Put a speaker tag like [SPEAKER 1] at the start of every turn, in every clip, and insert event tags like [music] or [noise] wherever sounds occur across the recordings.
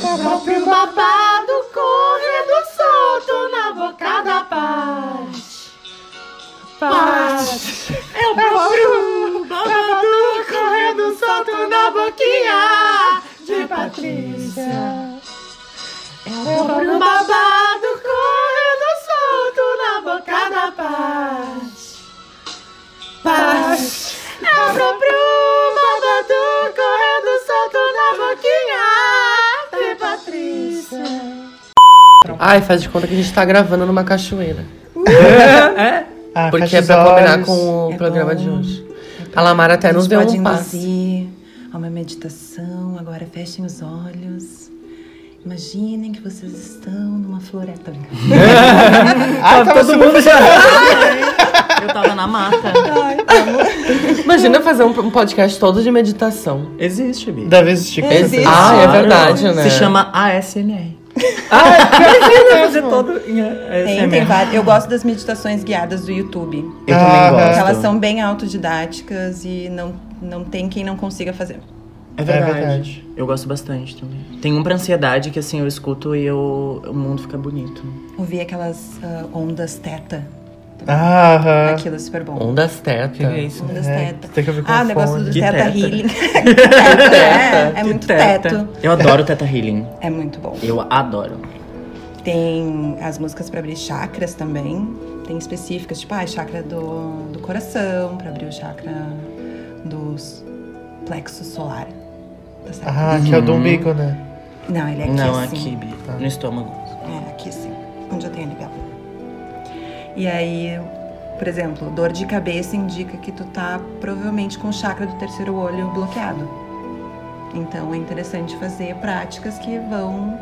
[SPEAKER 1] Compre um babado correndo solto na boca da paz. Paz. Eu compro um É babado correndo solto na boquinha de Patrícia. Eu compro um babado correndo solto na boca da paz. Paz. Eu compro um babado correndo solto na boquinha de Patrícia.
[SPEAKER 2] Ai, faz de conta que a gente tá gravando numa cachoeira.
[SPEAKER 3] Ah,
[SPEAKER 2] Porque
[SPEAKER 3] fecha
[SPEAKER 2] é
[SPEAKER 3] os
[SPEAKER 2] pra combinar
[SPEAKER 3] olhos.
[SPEAKER 2] com o
[SPEAKER 4] É
[SPEAKER 2] programa
[SPEAKER 4] bom.
[SPEAKER 2] de hoje. A Lamara até nos deu
[SPEAKER 4] pode
[SPEAKER 2] um passe.
[SPEAKER 4] induzir a uma meditação. Agora fechem os olhos. Imaginem que vocês estão numa floresta. Tô brincando.
[SPEAKER 3] Ah, tava todo mundo já.
[SPEAKER 5] Eu tava na mata.
[SPEAKER 4] [laughs]
[SPEAKER 2] Imagina fazer um um podcast todo de meditação.
[SPEAKER 5] Existe, Bi.
[SPEAKER 3] Deve existir coisa
[SPEAKER 4] Existe.
[SPEAKER 3] assim.
[SPEAKER 2] Ah, é
[SPEAKER 5] Claro.
[SPEAKER 2] verdade, né? Ah, é
[SPEAKER 5] Se chama ASMR. Fazer [laughs] todo em
[SPEAKER 3] é
[SPEAKER 5] ASMR.
[SPEAKER 4] Tem, tem várias. Eu gosto das meditações guiadas do YouTube.
[SPEAKER 5] Eu
[SPEAKER 3] Ah,
[SPEAKER 5] também
[SPEAKER 4] Porque
[SPEAKER 5] gosto.
[SPEAKER 4] elas são bem autodidáticas e não, não tem quem não consiga fazer.
[SPEAKER 5] É verdade.
[SPEAKER 3] É verdade.
[SPEAKER 5] Eu gosto bastante também. Tem um pra ansiedade que assim eu escuto e eu... o mundo fica bonito.
[SPEAKER 4] Ouvir aquelas ah, ondas teta.
[SPEAKER 3] Ah, aham.
[SPEAKER 4] Aquilo é super bom.
[SPEAKER 2] Ondas Teta.
[SPEAKER 5] isso?
[SPEAKER 4] Ondas
[SPEAKER 3] É,
[SPEAKER 4] teta.
[SPEAKER 3] tem que ver com
[SPEAKER 4] Ah, o
[SPEAKER 3] o
[SPEAKER 4] negócio do
[SPEAKER 3] fone.
[SPEAKER 5] Que
[SPEAKER 4] teta,
[SPEAKER 5] teta?
[SPEAKER 4] healing. Teta, [laughs] é, é muito teto.
[SPEAKER 5] Eu adoro [laughs] Teta Healing.
[SPEAKER 4] É muito bom.
[SPEAKER 5] Eu adoro.
[SPEAKER 4] Tem as músicas pra abrir chakras também. Tem específicas, tipo, ah, chakra do, do coração, pra abrir o chakra dos plexo solar. Tá certo?
[SPEAKER 3] Ah, que é o do umbigo, né?
[SPEAKER 4] Não, ele é aqui
[SPEAKER 5] Não,
[SPEAKER 4] assim.
[SPEAKER 5] aqui, Bi. No estômago.
[SPEAKER 4] É, aqui sim, onde eu tenho a ligar. E aí, por exemplo, dor de cabeça indica que tu tá provavelmente com o chakra do terceiro olho bloqueado. Então é interessante fazer práticas que vão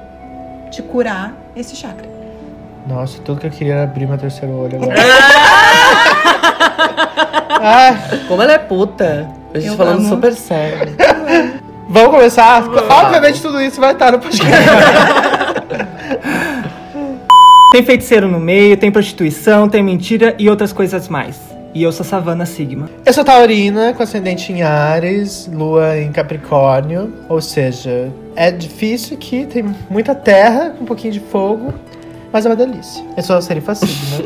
[SPEAKER 4] te curar esse chakra.
[SPEAKER 3] Nossa, tudo que eu queria era abrir meu terceiro olho agora. ah,
[SPEAKER 2] Como ela é puta. A gente
[SPEAKER 4] Eu
[SPEAKER 2] falando
[SPEAKER 4] amo.
[SPEAKER 2] super sério.
[SPEAKER 3] vamos começar? Obviamente tudo isso vai estar no [laughs] podcast.
[SPEAKER 6] Tem feiticeiro no meio, tem prostituição, tem mentira e outras coisas mais. E eu sou Savana Sigma.
[SPEAKER 3] Eu sou Taurina, com ascendente em Ares, lua em Capricórnio. Ou seja, é difícil aqui, tem muita terra, um pouquinho de fogo, mas é uma delícia. Eu sou a né? Serifa [laughs] Sigma.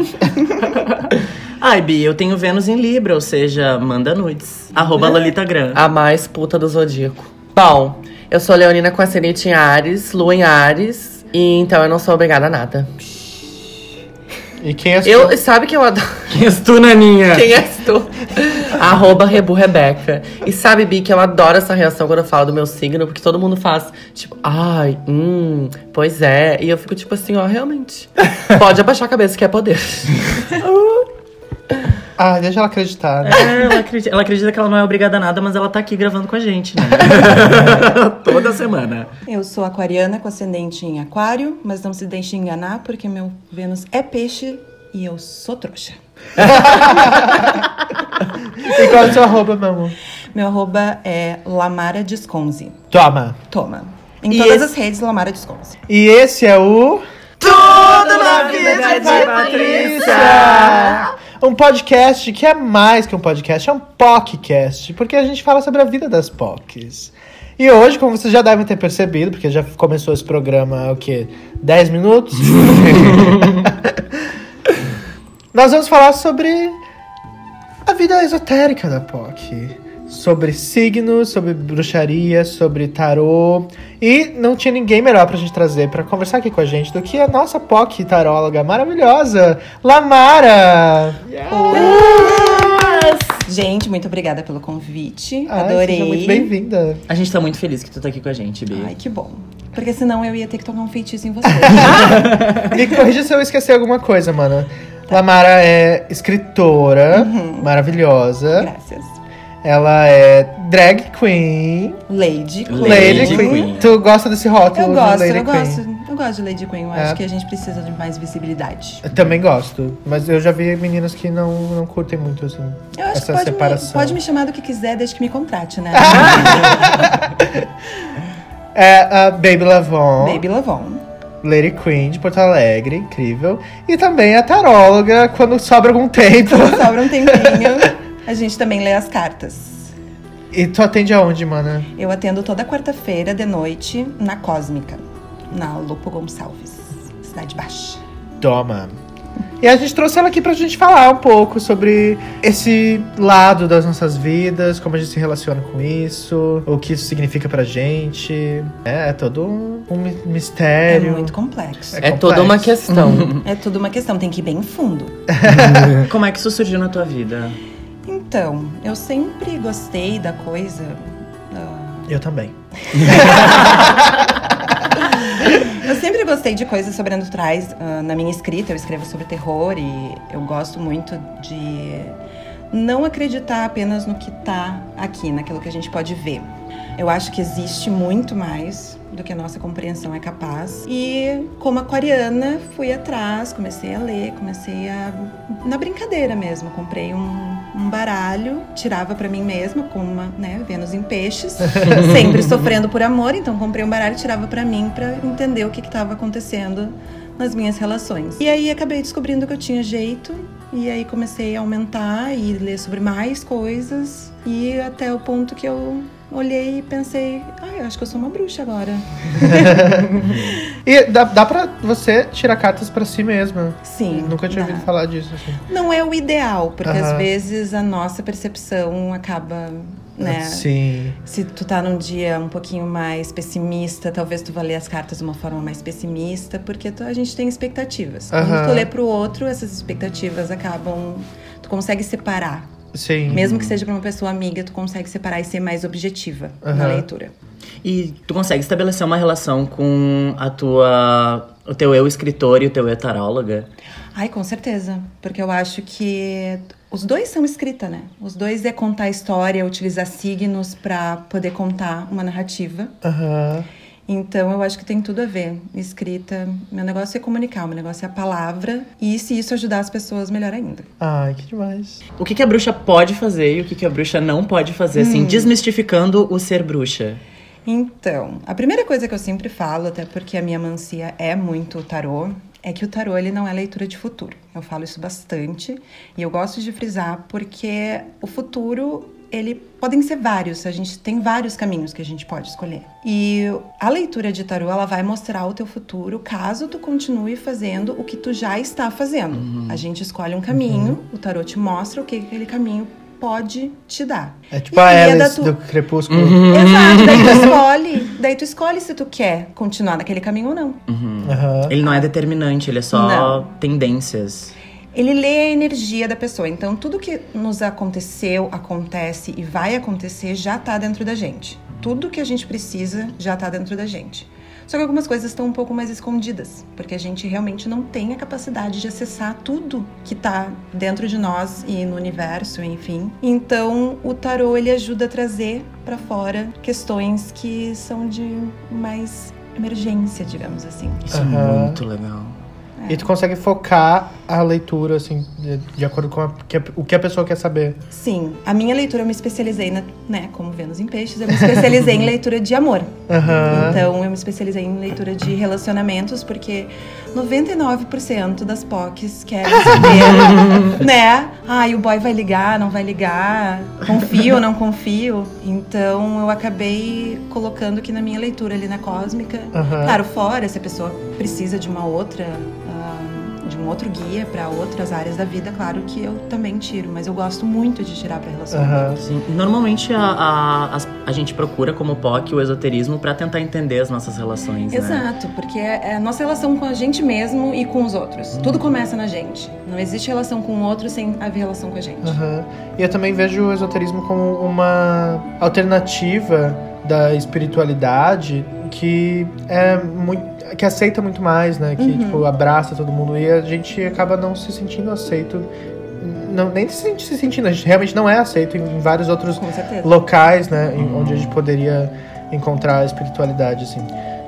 [SPEAKER 5] Ai, Bi, eu tenho Vênus em Libra, ou seja, manda nudes.
[SPEAKER 2] É?
[SPEAKER 5] Arroba LolitaGram.
[SPEAKER 2] A mais puta do Zodíaco. Bom, eu sou Leonina com ascendente em Ares, Lua em Ares. E então eu não sou obrigada a nada.
[SPEAKER 3] e quem é
[SPEAKER 2] Eu, sabe que eu
[SPEAKER 5] [laughs]
[SPEAKER 2] adoro...
[SPEAKER 6] Quem és tu, Naninha?
[SPEAKER 2] Quem és tu? Arroba Rebu Rebeca. E sabe, Bi, que eu adoro essa reação quando eu falo do meu signo, porque todo mundo faz, tipo, ai, hum, pois é. E eu fico tipo assim, ó,
[SPEAKER 5] [laughs]
[SPEAKER 2] realmente. Pode abaixar a cabeça que é poder.
[SPEAKER 3] Ah, deixa ela [laughs] acreditar, né?
[SPEAKER 5] É, ela acredita, ela acredita que ela não é obrigada a nada, mas ela tá aqui gravando com a gente, né?
[SPEAKER 6] [laughs]
[SPEAKER 5] Toda semana.
[SPEAKER 4] Eu sou aquariana com ascendente em aquário, mas não se deixe enganar porque meu Vênus é peixe e eu sou trouxa.
[SPEAKER 3] E qual é o seu arroba, meu amor?
[SPEAKER 4] Meu arroba é Lamara Desconze.
[SPEAKER 3] Toma.
[SPEAKER 4] Toma. Em
[SPEAKER 3] E
[SPEAKER 4] todas
[SPEAKER 3] esse-
[SPEAKER 4] as redes, Lamara Desconze.
[SPEAKER 3] E esse é o.
[SPEAKER 5] Toda na
[SPEAKER 3] Vida de Patrícia! Um podcast que é mais que um podcast, é um podcast, porque a gente fala sobre a vida das POCs. E hoje, como vocês já devem ter percebido, porque já começou esse programa há o quê? 10 [laughs] minutos? Nós vamos falar sobre a vida esotérica da POC. Sobre signos, sobre bruxaria, sobre tarô. E não tinha ninguém melhor pra gente trazer pra conversar aqui com a gente do que a nossa POC taróloga maravilhosa, Lamara!
[SPEAKER 4] Gente, muito obrigada pelo convite.
[SPEAKER 3] Ai,
[SPEAKER 4] Adorei.
[SPEAKER 3] Seja muito bem-vinda.
[SPEAKER 5] A gente tá muito feliz que tu tá aqui com a gente, Bi.
[SPEAKER 4] Ai, que bom. Porque senão eu ia ter que tocar um feitiço
[SPEAKER 3] [laughs]
[SPEAKER 4] em você.
[SPEAKER 3] Me corrija se eu esqueci alguma coisa, mana. Lamara é escritora
[SPEAKER 4] Uhum.
[SPEAKER 3] maravilhosa.
[SPEAKER 4] Graças.
[SPEAKER 3] Ela é drag queen,
[SPEAKER 4] Lady Queen.
[SPEAKER 3] lady,
[SPEAKER 5] Lady
[SPEAKER 3] queen.
[SPEAKER 5] queen.
[SPEAKER 3] Tu gosta desse rótulo
[SPEAKER 4] Eu
[SPEAKER 3] de
[SPEAKER 4] gosto,
[SPEAKER 3] lady
[SPEAKER 4] eu
[SPEAKER 3] queen?
[SPEAKER 4] gosto. Eu gosto de Lady Queen. Eu
[SPEAKER 3] É.
[SPEAKER 4] acho que a gente precisa de mais visibilidade.
[SPEAKER 3] Eu também gosto, mas eu já vi meninas que não, não curtem muito assim.
[SPEAKER 4] Eu acho
[SPEAKER 3] Essa
[SPEAKER 4] que pode me,
[SPEAKER 3] separação.
[SPEAKER 4] pode me chamar do que quiser, desde que me
[SPEAKER 3] [laughs]
[SPEAKER 4] contrate, né?
[SPEAKER 3] É a Baby Lavon,
[SPEAKER 4] Baby Lavon.
[SPEAKER 3] Lady Queen de Porto Alegre, incrível. E também a taróloga, quando sobra algum tempo. [laughs]
[SPEAKER 4] Sobra um tempinho. A gente também lê as cartas.
[SPEAKER 3] E tu atende aonde, mana?
[SPEAKER 4] Eu atendo toda quarta-feira de noite na Cósmica, na Lupo Gonçalves, Cidade Baixa.
[SPEAKER 3] Toma. E a gente trouxe ela aqui pra gente falar um pouco sobre esse lado das nossas vidas, como a gente se relaciona com isso, o que isso significa pra gente. É, é todo um um mi-
[SPEAKER 4] É
[SPEAKER 3] mistério.
[SPEAKER 4] muito complexo.
[SPEAKER 2] É toda uma
[SPEAKER 3] complexo.
[SPEAKER 4] [laughs]
[SPEAKER 2] questão.
[SPEAKER 4] É tudo uma questão, tem que ir bem fundo.
[SPEAKER 5] Como é que isso surgiu na tua vida?
[SPEAKER 4] Então, eu sempre gostei da coisa. ah,
[SPEAKER 3] Eu também.
[SPEAKER 4] Eu sempre gostei de coisas sobrenaturais. ah, na minha escrita, eu escrevo sobre terror e eu gosto muito de não acreditar apenas no que tá aqui, naquilo que a gente pode ver. Eu acho que existe muito mais do que a nossa compreensão é capaz. E como aquariana, fui atrás, comecei a ler, comecei a na brincadeira mesmo, comprei um um baralho, tirava pra mim mesma com uma, né, Vênus em peixes, sempre sofrendo por amor, então comprei um baralho, e tirava pra mim pra entender o que que tava acontecendo nas minhas relações. E aí acabei descobrindo que eu tinha jeito e aí comecei a aumentar e ler sobre mais coisas e até o ponto que eu olhei e pensei, ah, eu acho que eu sou uma bruxa agora.
[SPEAKER 3] E dá, dá pra você tirar cartas pra si mesma.
[SPEAKER 4] Sim.
[SPEAKER 3] Nunca tinha
[SPEAKER 4] dá.
[SPEAKER 3] ouvido falar disso, assim.
[SPEAKER 4] Não é o ideal, porque às
[SPEAKER 3] Aham.
[SPEAKER 4] vezes a nossa percepção acaba, né?
[SPEAKER 3] É, Sim.
[SPEAKER 4] Se tu tá num dia um pouquinho mais pessimista, talvez tu vá ler as cartas de uma forma mais pessimista, porque tu- a gente tem expectativas. Quando
[SPEAKER 3] Aham.
[SPEAKER 4] tu lê pro outro, essas expectativas acabam. Tu consegue separar.
[SPEAKER 3] Sim.
[SPEAKER 4] Mesmo que seja pra uma pessoa amiga, tu consegue separar e ser mais objetiva na
[SPEAKER 3] Aham.
[SPEAKER 4] leitura.
[SPEAKER 5] E tu consegue estabelecer uma relação com a tua. o teu eu escritor e o teu eu taróloga?
[SPEAKER 4] Ai, com certeza. Porque eu acho que os dois são escrita, né? Os dois é contar história, utilizar signos pra poder contar uma narrativa.
[SPEAKER 3] Aham.
[SPEAKER 4] Então eu acho que tem tudo a ver. Escrita, meu negócio é comunicar, meu negócio é a palavra. E se isso ajudar as pessoas, melhor ainda.
[SPEAKER 3] Ai, que demais.
[SPEAKER 5] O que, que a bruxa pode fazer e o que, que a bruxa não pode fazer,
[SPEAKER 2] Hum.
[SPEAKER 5] assim, desmistificando o ser bruxa.
[SPEAKER 4] Então, a primeira coisa que eu sempre falo, até porque a minha mancia é muito tarô, é que o tarô ele não é leitura de futuro. Eu falo isso bastante e eu gosto de frisar porque o futuro ele podem ser vários, a gente tem vários caminhos que a gente pode escolher. E a leitura de tarô, ela vai mostrar o teu futuro caso tu continue fazendo o que tu já está fazendo. A gente escolhe um caminho, o tarô te mostra o que aquele caminho pode te dar.
[SPEAKER 3] É tipo
[SPEAKER 4] E
[SPEAKER 3] a
[SPEAKER 4] aí é da
[SPEAKER 3] Alice
[SPEAKER 4] tua-
[SPEAKER 3] do Crepúsculo.
[SPEAKER 4] Uhum. Exato, daí tu escolhe. Daí tu escolhe se tu quer continuar naquele caminho ou não.
[SPEAKER 3] Aham.
[SPEAKER 5] Ele não é determinante, ele é só
[SPEAKER 4] Não.
[SPEAKER 5] tendências.
[SPEAKER 4] Ele lê a energia da pessoa. Então, tudo que nos aconteceu, acontece e vai acontecer já tá dentro da gente. Tudo que a gente precisa já tá dentro da gente. Só que algumas coisas estão um pouco mais escondidas, porque a gente realmente não tem a capacidade de acessar tudo que tá dentro de nós e no universo, enfim. Então, o tarô ele ajuda a trazer para fora questões que são de mais emergência, digamos assim.
[SPEAKER 5] Isso é
[SPEAKER 3] Aham.
[SPEAKER 5] muito legal.
[SPEAKER 4] É.
[SPEAKER 3] E tu consegue focar a leitura, assim, de, de acordo com a- que a- o que a pessoa quer saber.
[SPEAKER 4] Sim, a minha leitura eu me especializei, na, né, como Vênus em Peixes, eu me especializei em leitura de amor.
[SPEAKER 3] Aham.
[SPEAKER 4] Então eu me especializei em leitura de relacionamentos, porque 99% das POCs querem saber, né? Ai, o boy vai ligar, não vai ligar, confio, não confio. Então eu acabei colocando que na minha leitura ali na Cósmica,
[SPEAKER 3] Aham.
[SPEAKER 4] Claro, fora, se a pessoa precisa de uma outra, ah, de um outro guia para outras áreas da vida, claro que eu também tiro, mas eu gosto muito de tirar né? para relacionamento.
[SPEAKER 3] Aham.
[SPEAKER 5] Sim, Normalmente a, a, as- a gente procura como POC o esoterismo pra tentar entender as nossas relações, né?
[SPEAKER 4] Exato, porque é é a nossa relação com a gente mesmo e com os outros. Tudo começa na gente. Não existe relação com o outro sem haver relação com a gente.
[SPEAKER 3] Aham. E eu também vejo o esoterismo como uma alternativa da espiritualidade que é muito que aceita muito mais, né? Que
[SPEAKER 4] Uhum.
[SPEAKER 3] tipo abraça todo mundo e a gente acaba não se sentindo aceito, não nem se, sente- se sentindo, a gente realmente não é aceito em, em vários outros
[SPEAKER 4] Com certeza.
[SPEAKER 3] locais, né, em- onde a gente poderia encontrar a espiritualidade, assim.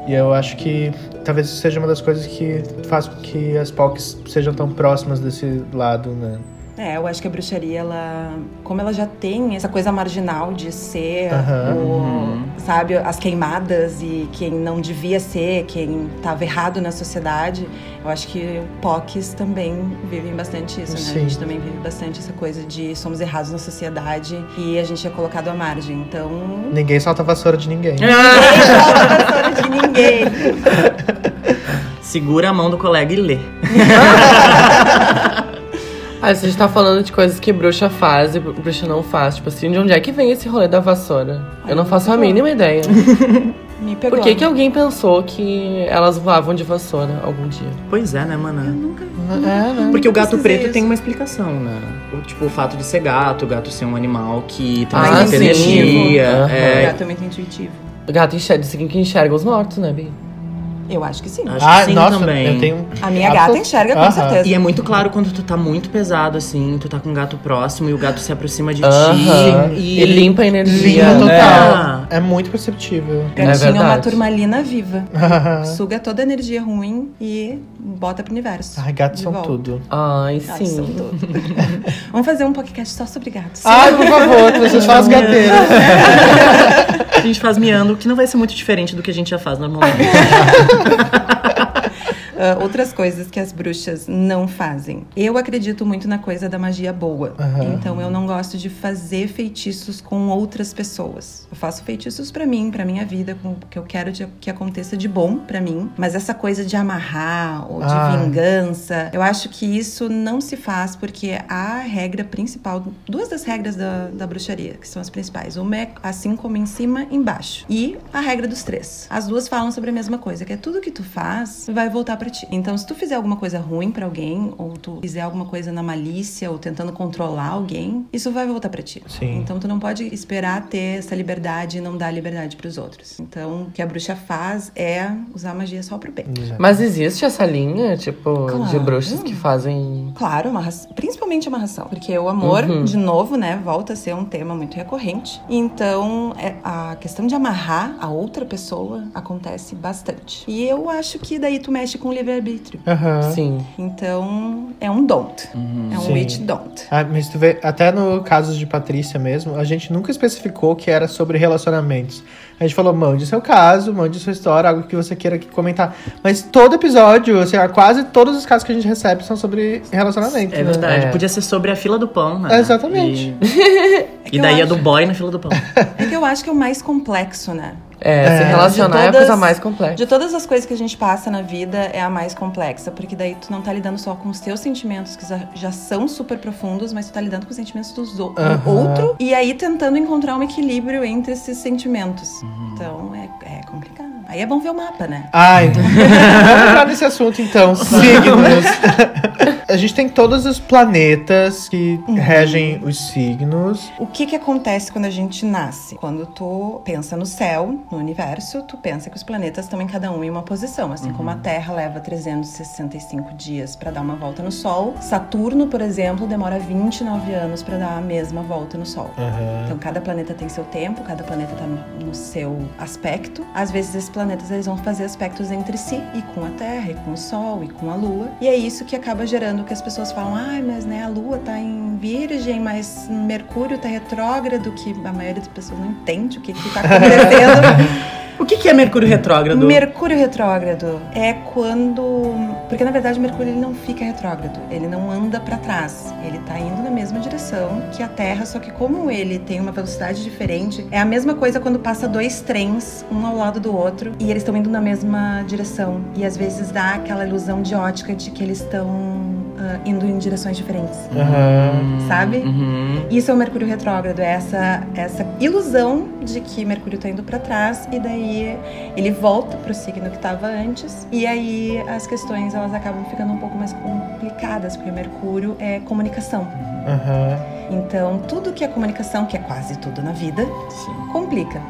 [SPEAKER 3] E eu acho que talvez isso seja uma das coisas que faz com que as POCs sejam tão próximas desse lado, né,
[SPEAKER 4] É, eu acho que a bruxaria, ela. Como ela já tem essa coisa marginal de ser,
[SPEAKER 3] Aham.
[SPEAKER 5] Uhum.
[SPEAKER 4] o, sabe, as queimadas e quem não devia ser, quem tava errado na sociedade, eu acho que POCs também vivem bastante isso, né?
[SPEAKER 3] Sim.
[SPEAKER 4] A gente também vive bastante essa coisa de somos errados na sociedade e a gente é colocado à margem. Então.
[SPEAKER 3] Ninguém solta a vassoura de ninguém.
[SPEAKER 5] Ah,
[SPEAKER 4] Não de ninguém.
[SPEAKER 3] [laughs]
[SPEAKER 5] segura a mão do colega e lê.
[SPEAKER 2] Ah, você tá falando de coisas que bruxa faz e bru- bruxa não faz. Tipo assim, de onde é que vem esse rolê da vassoura? Eu não faço a mínima
[SPEAKER 5] [laughs]
[SPEAKER 2] ideia.
[SPEAKER 4] Me pegou.
[SPEAKER 2] Por que, que alguém pensou que elas voavam de vassoura algum dia?
[SPEAKER 5] Pois é, né, mana?
[SPEAKER 3] É, né?
[SPEAKER 5] Porque o gato
[SPEAKER 4] precisei
[SPEAKER 5] preto
[SPEAKER 4] isso.
[SPEAKER 5] tem uma explicação, né? O, tipo, o fato de ser gato, o gato ser um animal que tem
[SPEAKER 2] Ah,
[SPEAKER 5] mais
[SPEAKER 2] sim.
[SPEAKER 5] energia.
[SPEAKER 2] Aham.
[SPEAKER 5] é,
[SPEAKER 4] O gato é muito intuitivo.
[SPEAKER 2] O gato enxerga, dizem que enxerga os mortos, né, Bi?
[SPEAKER 4] Eu acho que sim.
[SPEAKER 5] Acho
[SPEAKER 3] Ah,
[SPEAKER 5] que sim
[SPEAKER 3] nossa,
[SPEAKER 5] também.
[SPEAKER 3] eu tenho.
[SPEAKER 4] A minha gata enxerga, com
[SPEAKER 3] Aham.
[SPEAKER 4] certeza.
[SPEAKER 5] E é muito claro quando tu tá muito pesado, assim, tu tá com um gato próximo e o gato se aproxima de
[SPEAKER 2] Aham.
[SPEAKER 5] ti.
[SPEAKER 2] E limpa a energia.
[SPEAKER 3] Linda
[SPEAKER 2] né?
[SPEAKER 5] Ah.
[SPEAKER 3] total. É muito perceptível.
[SPEAKER 4] [laughs] Gatinho é, uma
[SPEAKER 2] verdade.
[SPEAKER 4] turmalina viva.
[SPEAKER 3] Ah.
[SPEAKER 4] Suga toda a energia ruim e bota pro universo.
[SPEAKER 3] Ai, gatos
[SPEAKER 4] De
[SPEAKER 3] são
[SPEAKER 4] volta.
[SPEAKER 3] tudo.
[SPEAKER 2] Ai,
[SPEAKER 4] Gatos são
[SPEAKER 2] sim.
[SPEAKER 4] tudo. [laughs] Vamos fazer um podcast só sobre gatos.
[SPEAKER 3] Ai, por
[SPEAKER 4] [laughs]
[SPEAKER 3] favor, vocês são as gateiras.
[SPEAKER 5] A gente faz miando, o que não vai ser muito diferente do que a gente já faz normalmente.
[SPEAKER 4] Ah, outras coisas que as bruxas não fazem. Eu acredito muito na coisa da magia boa.
[SPEAKER 3] Aham.
[SPEAKER 4] Então eu não gosto de fazer feitiços com outras pessoas. Eu faço feitiços pra mim, pra minha vida, com o que eu quero de- que aconteça de bom pra mim. Mas essa coisa de amarrar ou de
[SPEAKER 3] Ah.
[SPEAKER 4] vingança, eu acho que isso não se faz porque a regra principal, duas das regras da, da bruxaria, que são as principais. Uma é assim como em cima, embaixo. E a regra dos três. As duas falam sobre a mesma coisa, que é tudo que tu faz vai voltar pra ti. Então, se tu fizer alguma coisa ruim pra alguém, ou tu fizer alguma coisa na malícia, ou tentando controlar alguém, isso vai voltar pra ti.
[SPEAKER 3] Sim.
[SPEAKER 4] Então, tu não pode esperar ter essa liberdade e não dar liberdade pros outros. Então, o que a bruxa faz é usar a magia só pro bem.
[SPEAKER 2] Mas existe essa linha, tipo, de
[SPEAKER 4] Claro.
[SPEAKER 2] bruxas que fazem.
[SPEAKER 4] Claro, amarra- principalmente amarração. Porque o amor, de novo, né, volta a ser um tema muito recorrente. Então, é- a questão de amarrar a outra pessoa acontece bastante. E eu acho que daí tu mexe com o livre-arbítrio.
[SPEAKER 3] Aham.
[SPEAKER 2] Sim.
[SPEAKER 4] Então, é um don't. é um
[SPEAKER 3] Sim.
[SPEAKER 4] witch don't.
[SPEAKER 3] Ah, mas tu vê, até no caso de Patrícia mesmo, a gente nunca especificou que era sobre relacionamentos. A gente falou, mande seu caso, mande sua história, algo que você queira que comentar. Mas todo episódio, assim, ah, quase todos os casos que a gente recebe são sobre relacionamento.
[SPEAKER 5] É
[SPEAKER 3] né?
[SPEAKER 5] verdade.
[SPEAKER 2] É.
[SPEAKER 5] Podia ser sobre a fila do pão, né?
[SPEAKER 3] É, exatamente.
[SPEAKER 4] É
[SPEAKER 5] E,
[SPEAKER 4] que
[SPEAKER 5] e
[SPEAKER 4] eu
[SPEAKER 5] daí a
[SPEAKER 4] acho-
[SPEAKER 5] do boy na fila do pão.
[SPEAKER 4] É que eu acho que é o mais complexo, né?
[SPEAKER 2] É, se
[SPEAKER 3] É.
[SPEAKER 2] relacionar
[SPEAKER 4] De
[SPEAKER 2] é a coisa
[SPEAKER 4] todas-
[SPEAKER 2] mais complexa.
[SPEAKER 4] De todas as coisas que a gente passa na vida, é a mais complexa, porque daí tu não tá lidando só com os teus sentimentos, que já- já são super profundos, mas tu tá lidando com os sentimentos dos ou- do
[SPEAKER 3] Aham.
[SPEAKER 4] outro, e aí tentando encontrar um equilíbrio entre esses sentimentos. Então é, é complicado. Aí é bom ver o mapa, né?
[SPEAKER 3] Ai, [laughs] vamos entrar nesse assunto então.
[SPEAKER 4] [laughs]
[SPEAKER 3] Signos. a gente tem todos os planetas que
[SPEAKER 4] Uhum.
[SPEAKER 3] regem os signos.
[SPEAKER 4] O que que acontece quando a gente nasce? Quando tu pensa no céu, no universo, tu pensa que os planetas estão em cada um em uma posição, assim como a Terra leva 365 dias para dar uma volta no Sol, Saturno, por exemplo, demora 29 anos para dar a mesma volta no Sol. Então cada planeta tem seu tempo, cada planeta tá no, no seu aspecto. Às vezes esses planetas eles vão fazer aspectos entre si e com a Terra, e com o Sol, e com a Lua. E é isso que acaba gerando que as pessoas falam: "Ai, mas né, a Lua tá em Virgem, mas Mercúrio tá retrógrado", que a maioria das pessoas não entende o que que tá acontecendo.
[SPEAKER 5] O que, que é Mercúrio retrógrado?
[SPEAKER 4] Mercúrio retrógrado é quando, porque na verdade Mercúrio ele não fica retrógrado, ele não anda pra trás, ele tá indo na mesma direção que a Terra, só que como ele tem uma velocidade diferente, é a mesma coisa quando passa dois trens um ao lado do outro e eles estão indo na mesma direção e às vezes dá aquela ilusão de ótica de que eles estão ah, indo em direções diferentes,
[SPEAKER 3] Aham.
[SPEAKER 4] sabe?
[SPEAKER 5] Uhum.
[SPEAKER 4] Isso é o Mercúrio retrógrado, é essa, essa ilusão de que Mercúrio tá indo para trás e daí ele volta pro signo que tava antes. E aí as questões elas acabam ficando um pouco mais complicadas, porque Mercúrio é comunicação.
[SPEAKER 3] Aham.
[SPEAKER 4] Então, tudo que é comunicação, que é quase tudo na vida,
[SPEAKER 5] Sim.
[SPEAKER 4] complica.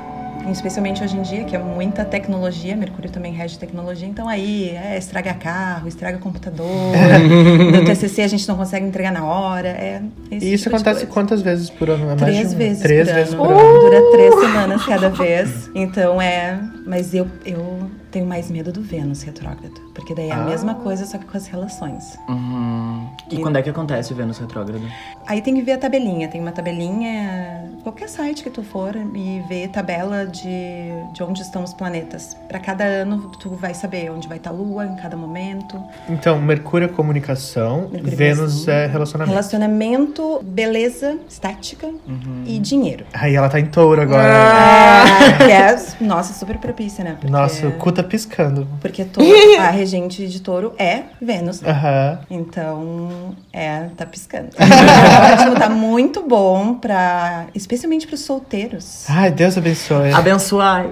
[SPEAKER 4] Especialmente hoje em dia, que é muita tecnologia, Mercúrio também rege tecnologia, então aí é, estraga carro, estraga computador,
[SPEAKER 3] [laughs]
[SPEAKER 4] no TCC a gente não consegue entregar na hora. É esse
[SPEAKER 3] E isso
[SPEAKER 4] tipo de
[SPEAKER 3] acontece
[SPEAKER 4] coisa.
[SPEAKER 3] quantas vezes por ano? É mais
[SPEAKER 4] Três
[SPEAKER 3] de um-
[SPEAKER 4] vezes
[SPEAKER 3] Três
[SPEAKER 4] por Uh!
[SPEAKER 3] vezes
[SPEAKER 4] ano.
[SPEAKER 3] por ano.
[SPEAKER 4] [laughs] Dura três semanas cada vez. Então é. Mas eu, eu Tenho mais medo do Vênus retrógrado, porque daí é a mesma coisa, só que com as relações.
[SPEAKER 5] Ah. Uhum. E quando é que acontece o Vênus retrógrado?
[SPEAKER 4] Aí tem que ver a tabelinha, tem uma tabelinha, qualquer site que tu for e ver tabela de, de onde estão os planetas. Pra cada ano tu vai saber onde vai estar a lua em cada momento.
[SPEAKER 3] Então, Mercúrio é comunicação,
[SPEAKER 4] Mercúrio é
[SPEAKER 3] Vênus
[SPEAKER 4] comunicação.
[SPEAKER 3] é relacionamento.
[SPEAKER 4] Relacionamento, beleza, estática
[SPEAKER 5] Uhum.
[SPEAKER 4] e dinheiro.
[SPEAKER 3] Aí ela tá em touro agora.
[SPEAKER 4] Ah, que é, nossa, super propícia, né? Porque,
[SPEAKER 3] Nossa, o cu tá piscando.
[SPEAKER 4] Porque touro, a regente de touro é Vênus.
[SPEAKER 3] Aham.
[SPEAKER 4] Então, é, tá piscando. Tá ótimo, tá muito bom pra. Especialmente pros solteiros.
[SPEAKER 3] Ai, Deus abençoe.
[SPEAKER 5] Abençoai.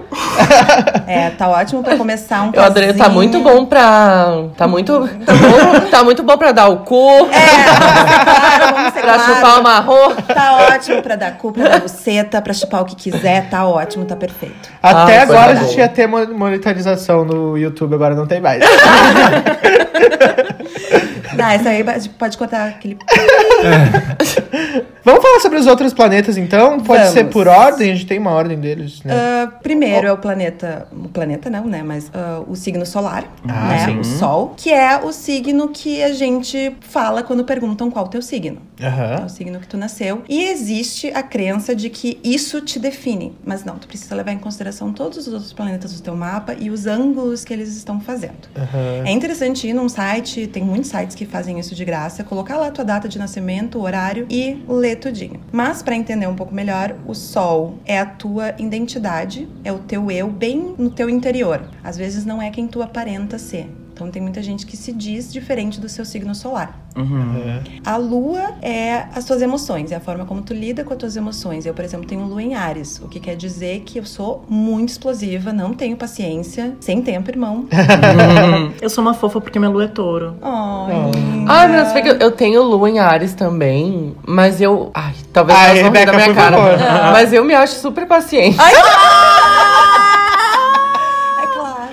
[SPEAKER 4] É, tá ótimo pra começar um
[SPEAKER 2] Eu adorei, tá
[SPEAKER 4] casinho.
[SPEAKER 2] muito bom pra. Tá muito. Tá bom, tá muito bom pra dar o cu,
[SPEAKER 4] É, vamos ser claro, vamos
[SPEAKER 2] [laughs]
[SPEAKER 4] ser
[SPEAKER 2] pra
[SPEAKER 4] claro.
[SPEAKER 2] chupar um- uma roupa.
[SPEAKER 4] Tá ótimo pra dar cu, pra dar buceta, pra chupar o que quiser, tá ótimo, tá perfeito.
[SPEAKER 3] Até
[SPEAKER 2] Ai, coisa
[SPEAKER 3] agora a
[SPEAKER 2] boa.
[SPEAKER 3] gente ia ter mo- monetarização no YouTube, agora não tem mais.
[SPEAKER 4] Dá, essa aí pode- pode cortar aquele.
[SPEAKER 3] Vamos falar sobre os outros planetas então? Pode
[SPEAKER 4] Vamos.
[SPEAKER 3] ser por ordem, a gente tem uma ordem deles, né?
[SPEAKER 4] Ah, primeiro é o planeta. O planeta não, né? Mas ah, o signo solar,
[SPEAKER 3] Ah,
[SPEAKER 4] né?
[SPEAKER 3] sim.
[SPEAKER 4] O Sol, que é o signo que a gente fala quando perguntam qual o teu signo. É
[SPEAKER 3] Aham.
[SPEAKER 4] o signo que tu nasceu. E existe a crença de que isso te define. Mas não, tu precisa levar em consideração todos os outros planetas do teu mapa e os ângulos que eles estão fazendo.
[SPEAKER 3] aham.
[SPEAKER 4] É interessante ir num site, tem muitos sites que fazem isso de graça, colocar lá a tua data de nascimento, o horário e ler tudinho. Mas pra entender um pouco melhor, o sol é a tua identidade, é o teu eu bem no teu interior. Às vezes não é quem tu aparenta ser. Então tem muita gente que se diz diferente do seu signo solar.
[SPEAKER 5] Uhum.
[SPEAKER 4] A lua é as tuas emoções, é a forma como tu lida com as tuas emoções. Eu, por exemplo, tenho lua em Ares, o que quer dizer que eu sou muito explosiva, não tenho paciência, sem tempo, irmão.
[SPEAKER 5] Eu sou uma fofa porque minha lua é touro.
[SPEAKER 4] Ai, linda.
[SPEAKER 2] Ai, mas você vê que eu tenho lua em Ares também, mas eu. Ai, talvez
[SPEAKER 3] Ai,
[SPEAKER 2] elas vão rir da
[SPEAKER 3] Rebeca,
[SPEAKER 2] minha
[SPEAKER 3] por
[SPEAKER 2] cara.
[SPEAKER 3] favor.
[SPEAKER 2] Mas eu me acho super paciente.
[SPEAKER 4] É claro.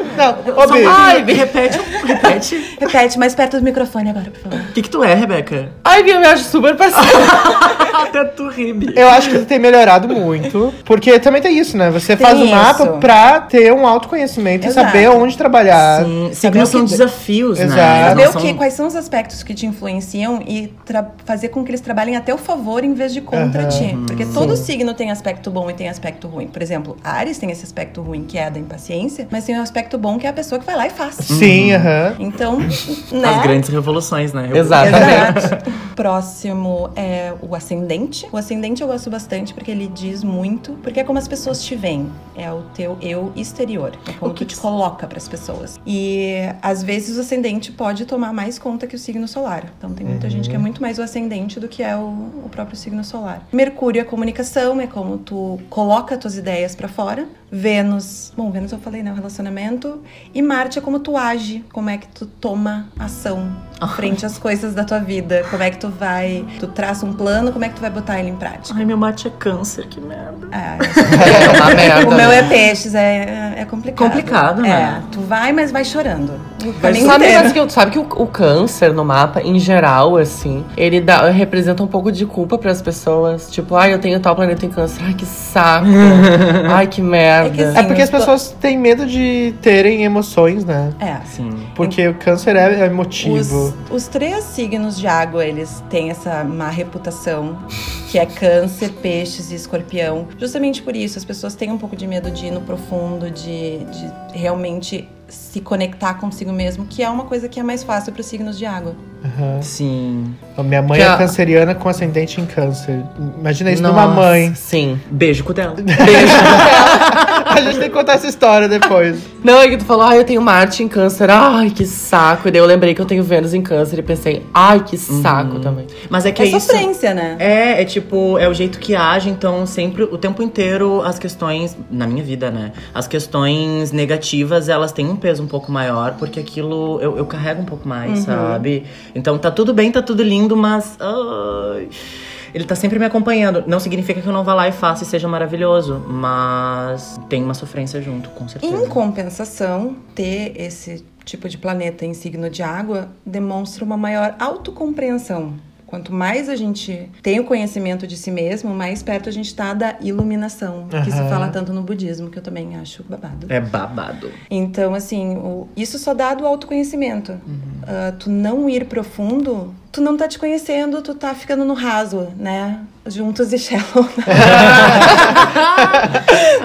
[SPEAKER 3] Não, ô, Bi,
[SPEAKER 5] Ai, me repete, repete.
[SPEAKER 4] Repete mais perto do microfone agora, por favor.
[SPEAKER 5] O [laughs] que que tu é, Rebeca?
[SPEAKER 2] Ai, eu me acho super paciente.
[SPEAKER 5] [laughs] Até tu ri, Bi.
[SPEAKER 3] eu acho que tu tem melhorado muito. Porque também tem isso, né? Você faz o
[SPEAKER 4] Tem
[SPEAKER 3] mapa
[SPEAKER 4] isso.
[SPEAKER 3] pra ter um autoconhecimento
[SPEAKER 4] Exato.
[SPEAKER 3] e saber onde trabalhar.
[SPEAKER 5] Sim,
[SPEAKER 4] Saber o
[SPEAKER 5] signos
[SPEAKER 4] que-
[SPEAKER 5] são desafios,
[SPEAKER 3] Exato.
[SPEAKER 5] né? Eles
[SPEAKER 4] Saber
[SPEAKER 5] não
[SPEAKER 4] o
[SPEAKER 5] são-
[SPEAKER 4] que, quais são os aspectos que te influenciam e tra- fazer com que eles trabalhem a teu favor em vez de contra ti. Porque todo signo tem aspecto bom e tem aspecto ruim. Por exemplo, Ares tem esse aspecto ruim que é a da impaciência, mas tem o aspecto bom que é a pessoa que vai lá e faz.
[SPEAKER 3] Sim, aham.
[SPEAKER 4] Então,
[SPEAKER 5] As
[SPEAKER 4] né?
[SPEAKER 5] grandes revoluções, né? Eu-
[SPEAKER 2] Exato.
[SPEAKER 4] Exato. [laughs] Próximo é o ascendente. O ascendente eu gosto bastante porque ele diz muito, porque é como as pessoas te veem, é o teu eu exterior, é como tu te coloca pras pessoas. E às vezes o ascendente pode tomar mais conta que o signo solar. Então tem muita gente que é muito mais o ascendente do que é o, o próprio signo solar. Mercúrio é comunicação, é como tu coloca tuas ideias pra fora. Vênus, bom, Vênus eu falei, né, o relacionamento. E Marte é como tu age, como é que tu toma ação frente às coisas da tua vida. Como é que tu vai. Tu traça um plano, como é que tu vai botar ele em prática?
[SPEAKER 5] Ai, meu mate é câncer, que merda.
[SPEAKER 4] Ah,
[SPEAKER 2] É uma merda.
[SPEAKER 4] o meu é peixes, é, é complicado.
[SPEAKER 5] Complicado, né?
[SPEAKER 4] É, tu vai, mas vai chorando. O
[SPEAKER 2] Mas
[SPEAKER 4] caminho
[SPEAKER 3] é.
[SPEAKER 2] sabe,
[SPEAKER 4] inteiro.
[SPEAKER 2] mas que, eu- sabe que o, o câncer no mapa, em geral, assim, ele dá, representa um pouco de culpa pras pessoas. Tipo, ai, eu tenho tal planeta em câncer. Ai, que
[SPEAKER 3] [laughs]
[SPEAKER 2] saco. ai, que merda.
[SPEAKER 4] É
[SPEAKER 3] É
[SPEAKER 4] Sim,
[SPEAKER 3] porque as
[SPEAKER 4] eu tô-
[SPEAKER 3] pessoas têm medo de terem emoções, né?
[SPEAKER 4] É.
[SPEAKER 5] Sim.
[SPEAKER 3] Porque o câncer é é
[SPEAKER 4] Os,
[SPEAKER 3] emotivo.
[SPEAKER 4] os três signos de água, eles têm essa má reputação, que é câncer, peixes e escorpião. Justamente por isso, as pessoas têm um pouco de medo de ir no profundo, de, de realmente se conectar consigo mesmo, que é uma coisa que é mais fácil para os signos de água.
[SPEAKER 3] Aham.
[SPEAKER 5] Sim.
[SPEAKER 3] A Minha mãe
[SPEAKER 2] Que
[SPEAKER 3] é
[SPEAKER 2] a-
[SPEAKER 3] canceriana com ascendente em câncer. Imagina né, isso
[SPEAKER 2] Nossa,
[SPEAKER 3] numa mãe.
[SPEAKER 2] Sim.
[SPEAKER 5] Beijo
[SPEAKER 4] [laughs]
[SPEAKER 5] com dela.
[SPEAKER 3] A gente tem que contar essa história depois.
[SPEAKER 2] Não, é que tu falou, ai, eu tenho Marte em câncer. Ai, que saco. E daí eu lembrei que eu tenho Vênus em câncer e pensei, ai, que
[SPEAKER 3] Uhum.
[SPEAKER 2] saco também.
[SPEAKER 5] Mas é que
[SPEAKER 4] é
[SPEAKER 5] isso.
[SPEAKER 4] sofrência, né?
[SPEAKER 5] É, é tipo, é o jeito que age, então sempre, o tempo inteiro, as questões, na minha vida, né? As questões negativas, elas têm um peso um pouco maior, porque aquilo eu, eu carrego um pouco mais,
[SPEAKER 4] Uhum.
[SPEAKER 5] sabe? Então tá tudo bem, tá tudo lindo, mas. ai, ele tá sempre me acompanhando. Não significa que eu não vá lá e faça e seja maravilhoso, mas tem uma sofrência junto, com certeza.
[SPEAKER 4] Em compensação, ter esse tipo de planeta em signo de água demonstra uma maior autocompreensão. Quanto mais a gente tem o conhecimento de si mesmo, mais perto a gente tá da iluminação, que se
[SPEAKER 3] Aham.
[SPEAKER 4] fala tanto no budismo, que eu também acho babado. [laughs]
[SPEAKER 5] É babado.
[SPEAKER 4] Então, assim, o- isso só dá do autoconhecimento. Ah, tu não ir profundo, tu não tá te conhecendo, tu tá ficando no raso, né? Juntos e Shallow.
[SPEAKER 5] Ai,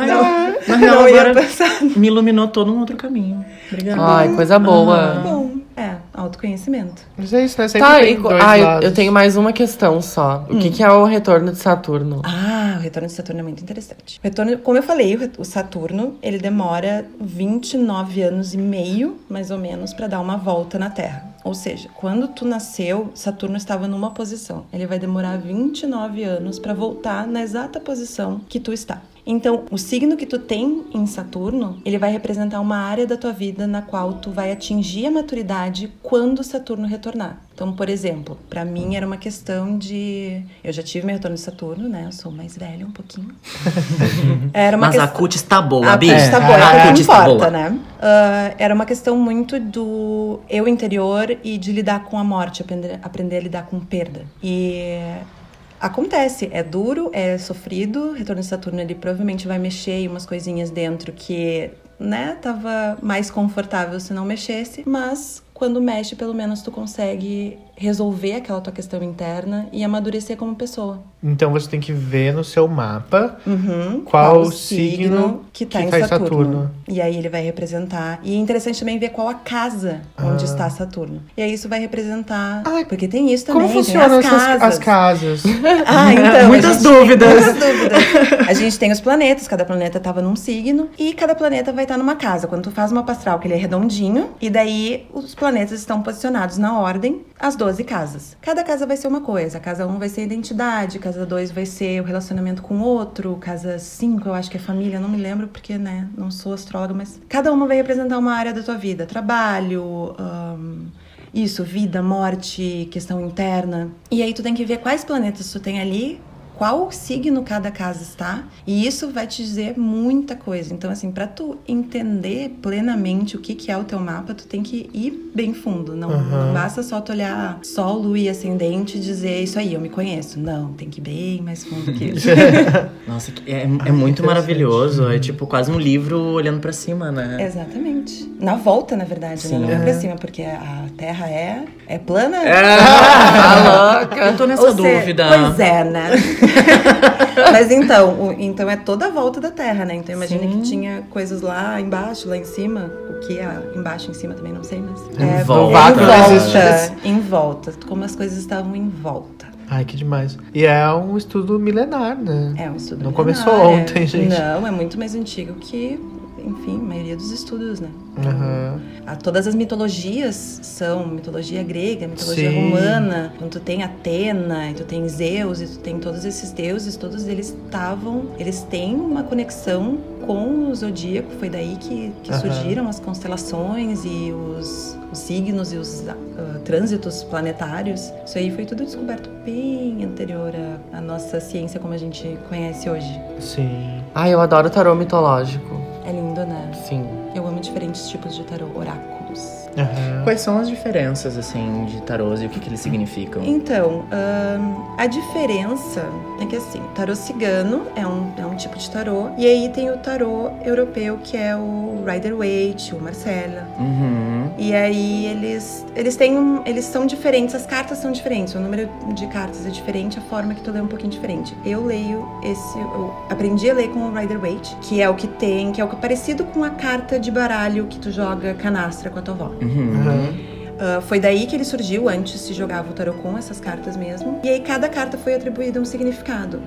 [SPEAKER 5] eu- na real,
[SPEAKER 4] não ia
[SPEAKER 5] agora
[SPEAKER 4] pensar. É
[SPEAKER 5] me iluminou todo um outro caminho.
[SPEAKER 3] É
[SPEAKER 5] Obrigada.
[SPEAKER 2] Ai, coisa boa.
[SPEAKER 4] Bom, é, autoconhecimento.
[SPEAKER 3] Mas é isso, né? Ah. Sempre
[SPEAKER 2] Tá,
[SPEAKER 3] tem
[SPEAKER 2] e co-
[SPEAKER 3] dois
[SPEAKER 2] ah, eu,
[SPEAKER 3] lados. Hum.
[SPEAKER 2] eu tenho mais uma questão só. O que, que é o retorno de Saturno?
[SPEAKER 4] Ah, o retorno de Saturno é muito interessante. O retorno, como eu falei, o re- o Saturno, ele demora 29 anos e meio, mais ou menos, para dar uma volta na Terra. Ou seja, quando tu nasceu, Saturno estava numa posição. Ele vai demorar 29 anos para voltar na exata posição que tu está. Então, o signo que tu tem em Saturno, ele vai representar uma área da tua vida na qual tu vai atingir a maturidade quando Saturno retornar. Então, por exemplo, pra mim era uma questão de. Eu já tive meu retorno de Saturno, né? Eu sou mais velha um
[SPEAKER 5] [laughs]
[SPEAKER 4] pouquinho. Era uma
[SPEAKER 5] Mas
[SPEAKER 4] questão.
[SPEAKER 5] a CUT está boa,
[SPEAKER 4] A
[SPEAKER 5] Bi.
[SPEAKER 4] Brit tá boa,
[SPEAKER 5] A
[SPEAKER 4] é o
[SPEAKER 5] CUT
[SPEAKER 4] que
[SPEAKER 5] está boa.
[SPEAKER 4] importa, né? Ah, era uma questão muito do eu interior e de lidar com a morte, aprender, aprender a lidar com perda. E acontece, é duro, é sofrido. Retorno de Saturno, ele provavelmente vai mexer em umas coisinhas dentro que, né, tava mais confortável se não mexesse, mas. Quando mexe, pelo menos tu consegue resolver aquela tua questão interna e amadurecer como pessoa.
[SPEAKER 3] Então você tem que ver no seu mapa.
[SPEAKER 4] Uhum.
[SPEAKER 3] Qual o signo
[SPEAKER 4] que tá
[SPEAKER 3] que
[SPEAKER 4] em
[SPEAKER 3] tá em
[SPEAKER 4] Saturno.
[SPEAKER 3] Saturno.
[SPEAKER 4] E aí ele vai representar. E é interessante também ver qual a casa onde está Saturno. E aí isso vai representar.
[SPEAKER 3] Ah,
[SPEAKER 4] porque tem isso também.
[SPEAKER 3] Como
[SPEAKER 4] tem
[SPEAKER 3] funcionam
[SPEAKER 4] as
[SPEAKER 3] essas
[SPEAKER 4] casas.
[SPEAKER 3] as casas?
[SPEAKER 4] [laughs] Ah, então.
[SPEAKER 5] Muitas
[SPEAKER 4] a gente-
[SPEAKER 5] dúvidas.
[SPEAKER 4] Muitas dúvidas.
[SPEAKER 5] [laughs]
[SPEAKER 4] A gente tem os planetas, cada planeta tava num signo e cada planeta vai estar numa casa. Quando tu faz uma pastral, que ele é redondinho, e daí os planetas estão posicionados na ordem, as 12 casas. Cada casa vai ser uma coisa. Casa 1 vai ser a identidade, casa 2 vai ser o relacionamento com o outro, casa 5 eu acho que é família, não me lembro porque, né, não sou astróloga, mas cada uma vai representar uma área da tua vida, trabalho, ahn, isso, vida, morte, questão interna. E aí tu tem que ver quais planetas tu tem ali, qual signo cada casa está, e isso vai te dizer muita coisa. Então assim, pra tu entender plenamente o que que é o teu mapa, tu tem que ir bem fundo, não, não basta só tu olhar sol, lua e ascendente e dizer isso aí, eu me conheço. Não, tem que ir bem mais fundo que isso. [laughs]
[SPEAKER 5] Nossa, que- é, é muito maravilhoso. É tipo quase um livro olhando pra cima, né?
[SPEAKER 4] Exatamente. Na volta, na verdade,
[SPEAKER 5] Sim.
[SPEAKER 4] né? não é pra cima, porque a Terra é é plana.
[SPEAKER 2] Ah, louca.
[SPEAKER 5] Eu tô nessa
[SPEAKER 4] Ou se-
[SPEAKER 5] dúvida.
[SPEAKER 4] Tá Pois é, né? [laughs] Mas então, o- então é toda a volta da Terra, né? Então imagina
[SPEAKER 5] Sim.
[SPEAKER 4] que tinha coisas lá embaixo, lá em cima. O que é embaixo, em cima também, não sei, mas...
[SPEAKER 5] Em
[SPEAKER 4] é,
[SPEAKER 5] volta.
[SPEAKER 4] Em
[SPEAKER 3] Não
[SPEAKER 4] volta.
[SPEAKER 3] existe.
[SPEAKER 4] Em volta. Como as coisas estavam em volta.
[SPEAKER 3] Ai, que demais. E é um estudo milenar, né?
[SPEAKER 4] É um estudo
[SPEAKER 3] Não
[SPEAKER 4] milenar,
[SPEAKER 3] começou
[SPEAKER 4] é-
[SPEAKER 3] ontem, gente.
[SPEAKER 4] Não, é muito mais antigo que, enfim, a maioria dos estudos, né?
[SPEAKER 3] Aham.
[SPEAKER 4] Ah, Todas as mitologias são mitologia grega, mitologia
[SPEAKER 3] Sim.
[SPEAKER 4] romana. Então tu tem Atena, e tu tem Zeus, e tu tem todos esses deuses, todos eles estavam, eles têm uma conexão com o zodíaco. Foi daí que, que
[SPEAKER 3] Aham.
[SPEAKER 4] surgiram as constelações e os, os signos e os ah, ah, trânsitos planetários. Isso aí foi tudo descoberto bem anterior à, à nossa ciência como a gente conhece hoje.
[SPEAKER 3] Sim.
[SPEAKER 2] Ai, eu adoro tarô mitológico.
[SPEAKER 4] É lindo, né?
[SPEAKER 2] Sim.
[SPEAKER 4] Eu amo diferentes tipos de tarô, oráculos.
[SPEAKER 3] Aham.
[SPEAKER 5] Quais são as diferenças, assim, de tarôs e o que, que eles significam?
[SPEAKER 4] Então, ahn, a diferença é que assim, tarô cigano é um, é um tipo de tarô, e aí tem o tarô europeu que é o Rider Waite, o Marcella.
[SPEAKER 5] Uhum.
[SPEAKER 4] E aí eles eles têm um- eles são diferentes, as cartas são diferentes, o número de cartas é diferente, a forma que tu lê é um pouquinho diferente. Eu leio esse, eu aprendi a ler com o Rider Waite, que é o que tem, que é o que é parecido com a carta de baralho que tu joga canastra com a tua avó.
[SPEAKER 5] Uhum.
[SPEAKER 3] Aham.
[SPEAKER 4] Ah, foi daí que ele surgiu, antes se jogava o tarô com essas cartas mesmo. E aí cada carta foi atribuída um significado.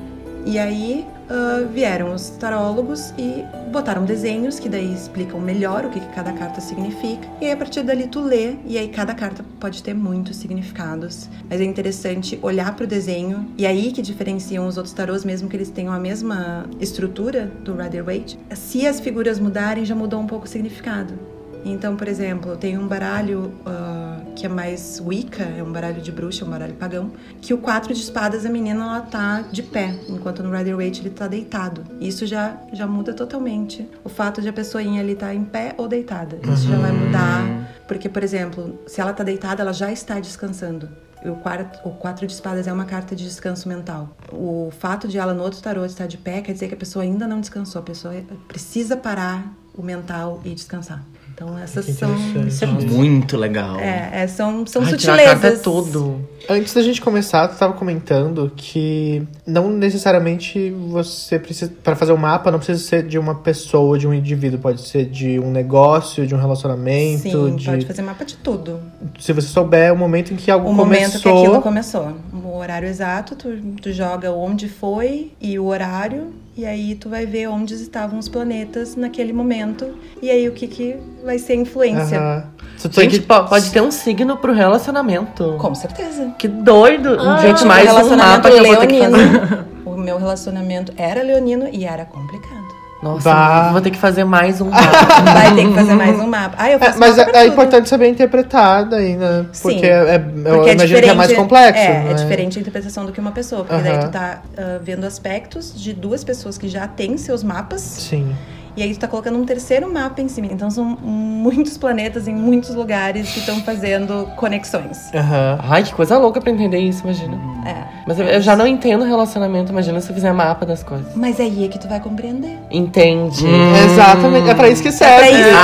[SPEAKER 4] E aí ah, vieram os tarólogos e botaram desenhos que daí explicam melhor o que, que cada carta significa. E aí a partir dali tu lê, e aí cada carta pode ter muitos significados. Mas é interessante olhar pro desenho, e aí que diferenciam os outros tarôs, mesmo que eles tenham a mesma estrutura do Rider-Waite. Se as figuras mudarem, já mudou um pouco o significado. Então, por exemplo, tem um baralho ah, que é mais Wicca, é um baralho de bruxa, é um baralho pagão, que o quatro de espadas, a menina, ela tá de pé, enquanto no Rider Waite ele tá deitado. Isso já, já muda totalmente. O fato de a pessoinha ali tá em pé ou deitada. Isso já vai mudar. Porque, por exemplo, se ela tá deitada, ela já está descansando. O, quarto, o quatro de espadas é uma carta de descanso mental. O fato de ela no outro tarô estar de pé quer dizer que a pessoa ainda não descansou. A pessoa precisa parar o mental e descansar. Então essas
[SPEAKER 3] Que
[SPEAKER 4] são...
[SPEAKER 3] interessante.
[SPEAKER 5] Isso é muito legal.
[SPEAKER 4] É, é, são, são
[SPEAKER 2] Ai, tirar a
[SPEAKER 4] sutilezas.
[SPEAKER 2] carta é tudo.
[SPEAKER 3] Antes da gente começar, tu tava comentando que não necessariamente você precisa. Pra fazer um mapa, não precisa ser de uma pessoa, de um indivíduo. Pode ser de um negócio, de um relacionamento.
[SPEAKER 4] Sim,
[SPEAKER 3] de...
[SPEAKER 4] pode fazer mapa de tudo.
[SPEAKER 3] Se você souber o momento em que algo
[SPEAKER 4] O momento que
[SPEAKER 3] começou.
[SPEAKER 4] aquilo começou. O horário exato, tu, tu joga onde foi e o horário, e aí tu vai ver onde estavam os planetas naquele momento, e aí o que, que vai ser a influência.
[SPEAKER 3] Aham. Tu tem
[SPEAKER 2] Gente,
[SPEAKER 3] que.
[SPEAKER 2] po- pode ter um signo pro relacionamento.
[SPEAKER 4] Com certeza.
[SPEAKER 2] Que doido! Gente,
[SPEAKER 4] Meu
[SPEAKER 2] mais um
[SPEAKER 4] relacionamento
[SPEAKER 2] mapa que eu vou ter que fazer.
[SPEAKER 4] o meu relacionamento era leonino e era complicado.
[SPEAKER 2] Nossa,
[SPEAKER 3] Vá.
[SPEAKER 2] vou ter que fazer mais um mapa.
[SPEAKER 4] Vai ter que fazer mais um mapa. Ah, eu
[SPEAKER 3] É,
[SPEAKER 4] faço
[SPEAKER 3] mas
[SPEAKER 4] mapa
[SPEAKER 3] é,
[SPEAKER 4] pra
[SPEAKER 3] é
[SPEAKER 4] tudo.
[SPEAKER 3] importante saber interpretar daí, né?
[SPEAKER 4] Sim.
[SPEAKER 3] Porque, é, é- eu
[SPEAKER 4] Porque
[SPEAKER 3] imagino que é mais
[SPEAKER 4] diferente-
[SPEAKER 3] complexo.
[SPEAKER 4] É,
[SPEAKER 3] né?
[SPEAKER 4] é diferente a interpretação do que uma pessoa. Porque daí
[SPEAKER 3] Aham.
[SPEAKER 4] tu tá ah, vendo aspectos de duas pessoas que já têm seus mapas.
[SPEAKER 3] Sim.
[SPEAKER 4] E aí tu tá colocando um terceiro mapa em cima. Então são muitos planetas em muitos lugares que estão fazendo conexões.
[SPEAKER 3] Aham.
[SPEAKER 2] Ai, que coisa louca pra entender isso, imagina.
[SPEAKER 3] Hum.
[SPEAKER 4] É.
[SPEAKER 2] Mas eu, eu já não entendo relacionamento, imagina se eu fizer mapa das coisas.
[SPEAKER 4] Mas aí é que tu vai compreender.
[SPEAKER 2] Entende?
[SPEAKER 3] Exatamente. É pra isso que serve.
[SPEAKER 4] pra isso.